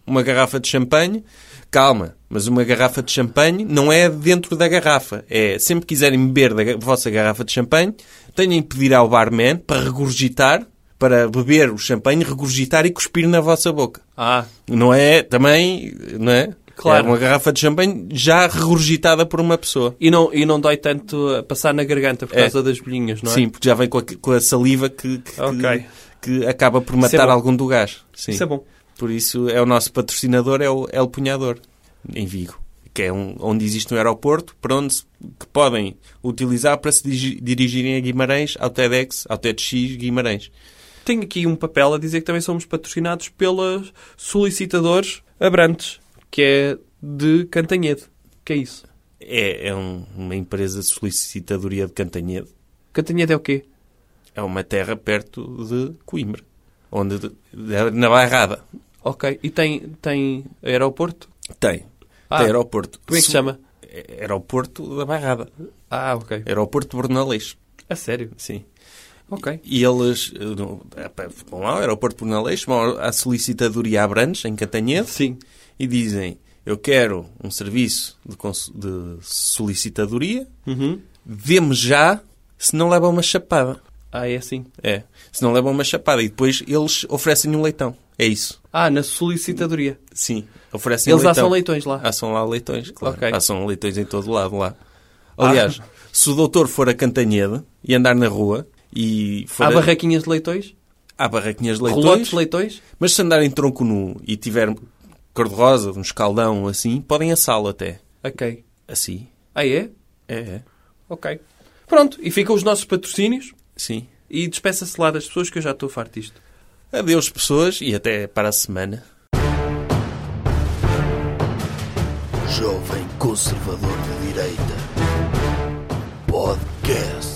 [SPEAKER 2] uma garrafa de champanhe. Calma, mas uma garrafa de champanhe não é dentro da garrafa. É, sempre quiserem beber da ga- vossa garrafa de champanhe, tenham que pedir ao barman para regurgitar, para beber o champanhe, regurgitar e cuspir na vossa boca.
[SPEAKER 3] Ah,
[SPEAKER 2] Não é também, não é?
[SPEAKER 3] Claro.
[SPEAKER 2] É uma garrafa de champanhe já regurgitada por uma pessoa.
[SPEAKER 3] e não, e não dói tanto a passar na garganta por
[SPEAKER 2] É.
[SPEAKER 3] causa das bolhinhas, não é?
[SPEAKER 2] Sim, porque já vem com a, com a saliva que, que,
[SPEAKER 3] Ok.
[SPEAKER 2] que, que acaba por
[SPEAKER 3] Isso é
[SPEAKER 2] matar
[SPEAKER 3] bom.
[SPEAKER 2] algum do gás. Sim.
[SPEAKER 3] Isso é bom.
[SPEAKER 2] Por isso é o nosso patrocinador, é o El Punhador, em Vigo. Que é um- onde existe um aeroporto para onde se- que podem utilizar para se digi- dirigirem a Guimarães, ao TEDx, ao TEDx Guimarães.
[SPEAKER 3] Tenho aqui um papel a dizer que também somos patrocinados pelas solicitadores Abrantes, que é de Cantanhede. Que é isso?
[SPEAKER 2] É, é um- uma empresa de solicitadoria de Cantanhede.
[SPEAKER 3] Cantanhede é o quê?
[SPEAKER 2] É uma terra perto de Coimbra. Onde, de- de- na Bairrada.
[SPEAKER 3] Ok. E tem, tem aeroporto?
[SPEAKER 2] Tem.
[SPEAKER 3] Ah.
[SPEAKER 2] Tem aeroporto.
[SPEAKER 3] Como é que se
[SPEAKER 2] Se-
[SPEAKER 3] chama?
[SPEAKER 2] É- Aeroporto da Bairrada.
[SPEAKER 3] Ah, ok.
[SPEAKER 2] Aeroporto de Bernalês.
[SPEAKER 3] A sério?
[SPEAKER 2] Sim.
[SPEAKER 3] Ok.
[SPEAKER 2] E eles eh, no- eh, pá, vão lá ao aeroporto de Bernalês, vão à solicitadoria Abrantes, em Cantanhede,
[SPEAKER 3] Sim.
[SPEAKER 2] e dizem, eu quero um serviço de, cons- de solicitadoria,
[SPEAKER 3] Uhum.
[SPEAKER 2] dê-me já, se não leva uma chapada.
[SPEAKER 3] Ah, é assim.
[SPEAKER 2] É, se não leva uma chapada. E depois eles oferecem um leitão. É isso.
[SPEAKER 3] Ah, na solicitadoria.
[SPEAKER 2] Sim, oferecem
[SPEAKER 3] Eles
[SPEAKER 2] leitão.
[SPEAKER 3] assam leitões lá.
[SPEAKER 2] Ah, são lá leitões, claro.
[SPEAKER 3] Ok. Ah.
[SPEAKER 2] Há são leitões em todo lado lá. Aliás, se o doutor for a Cantanhede e andar na rua e for
[SPEAKER 3] Há
[SPEAKER 2] a-
[SPEAKER 3] barraquinhas de leitões?
[SPEAKER 2] há barraquinhas de
[SPEAKER 3] Rolotes
[SPEAKER 2] leitões,
[SPEAKER 3] de leitões?
[SPEAKER 2] mas se andar em tronco nu e tiver cor-de-rosa, um escaldão assim, podem assá-lo até.
[SPEAKER 3] Ok.
[SPEAKER 2] Assim.
[SPEAKER 3] Ah, é?
[SPEAKER 2] É, é.
[SPEAKER 3] Ok. Pronto. E ficam os nossos patrocínios
[SPEAKER 2] Sim.
[SPEAKER 3] e despeça-se lá das pessoas que eu já estou farto disto.
[SPEAKER 2] Adeus, pessoas, e até para a semana.
[SPEAKER 1] Jovem Conservador de Direita. Podcast.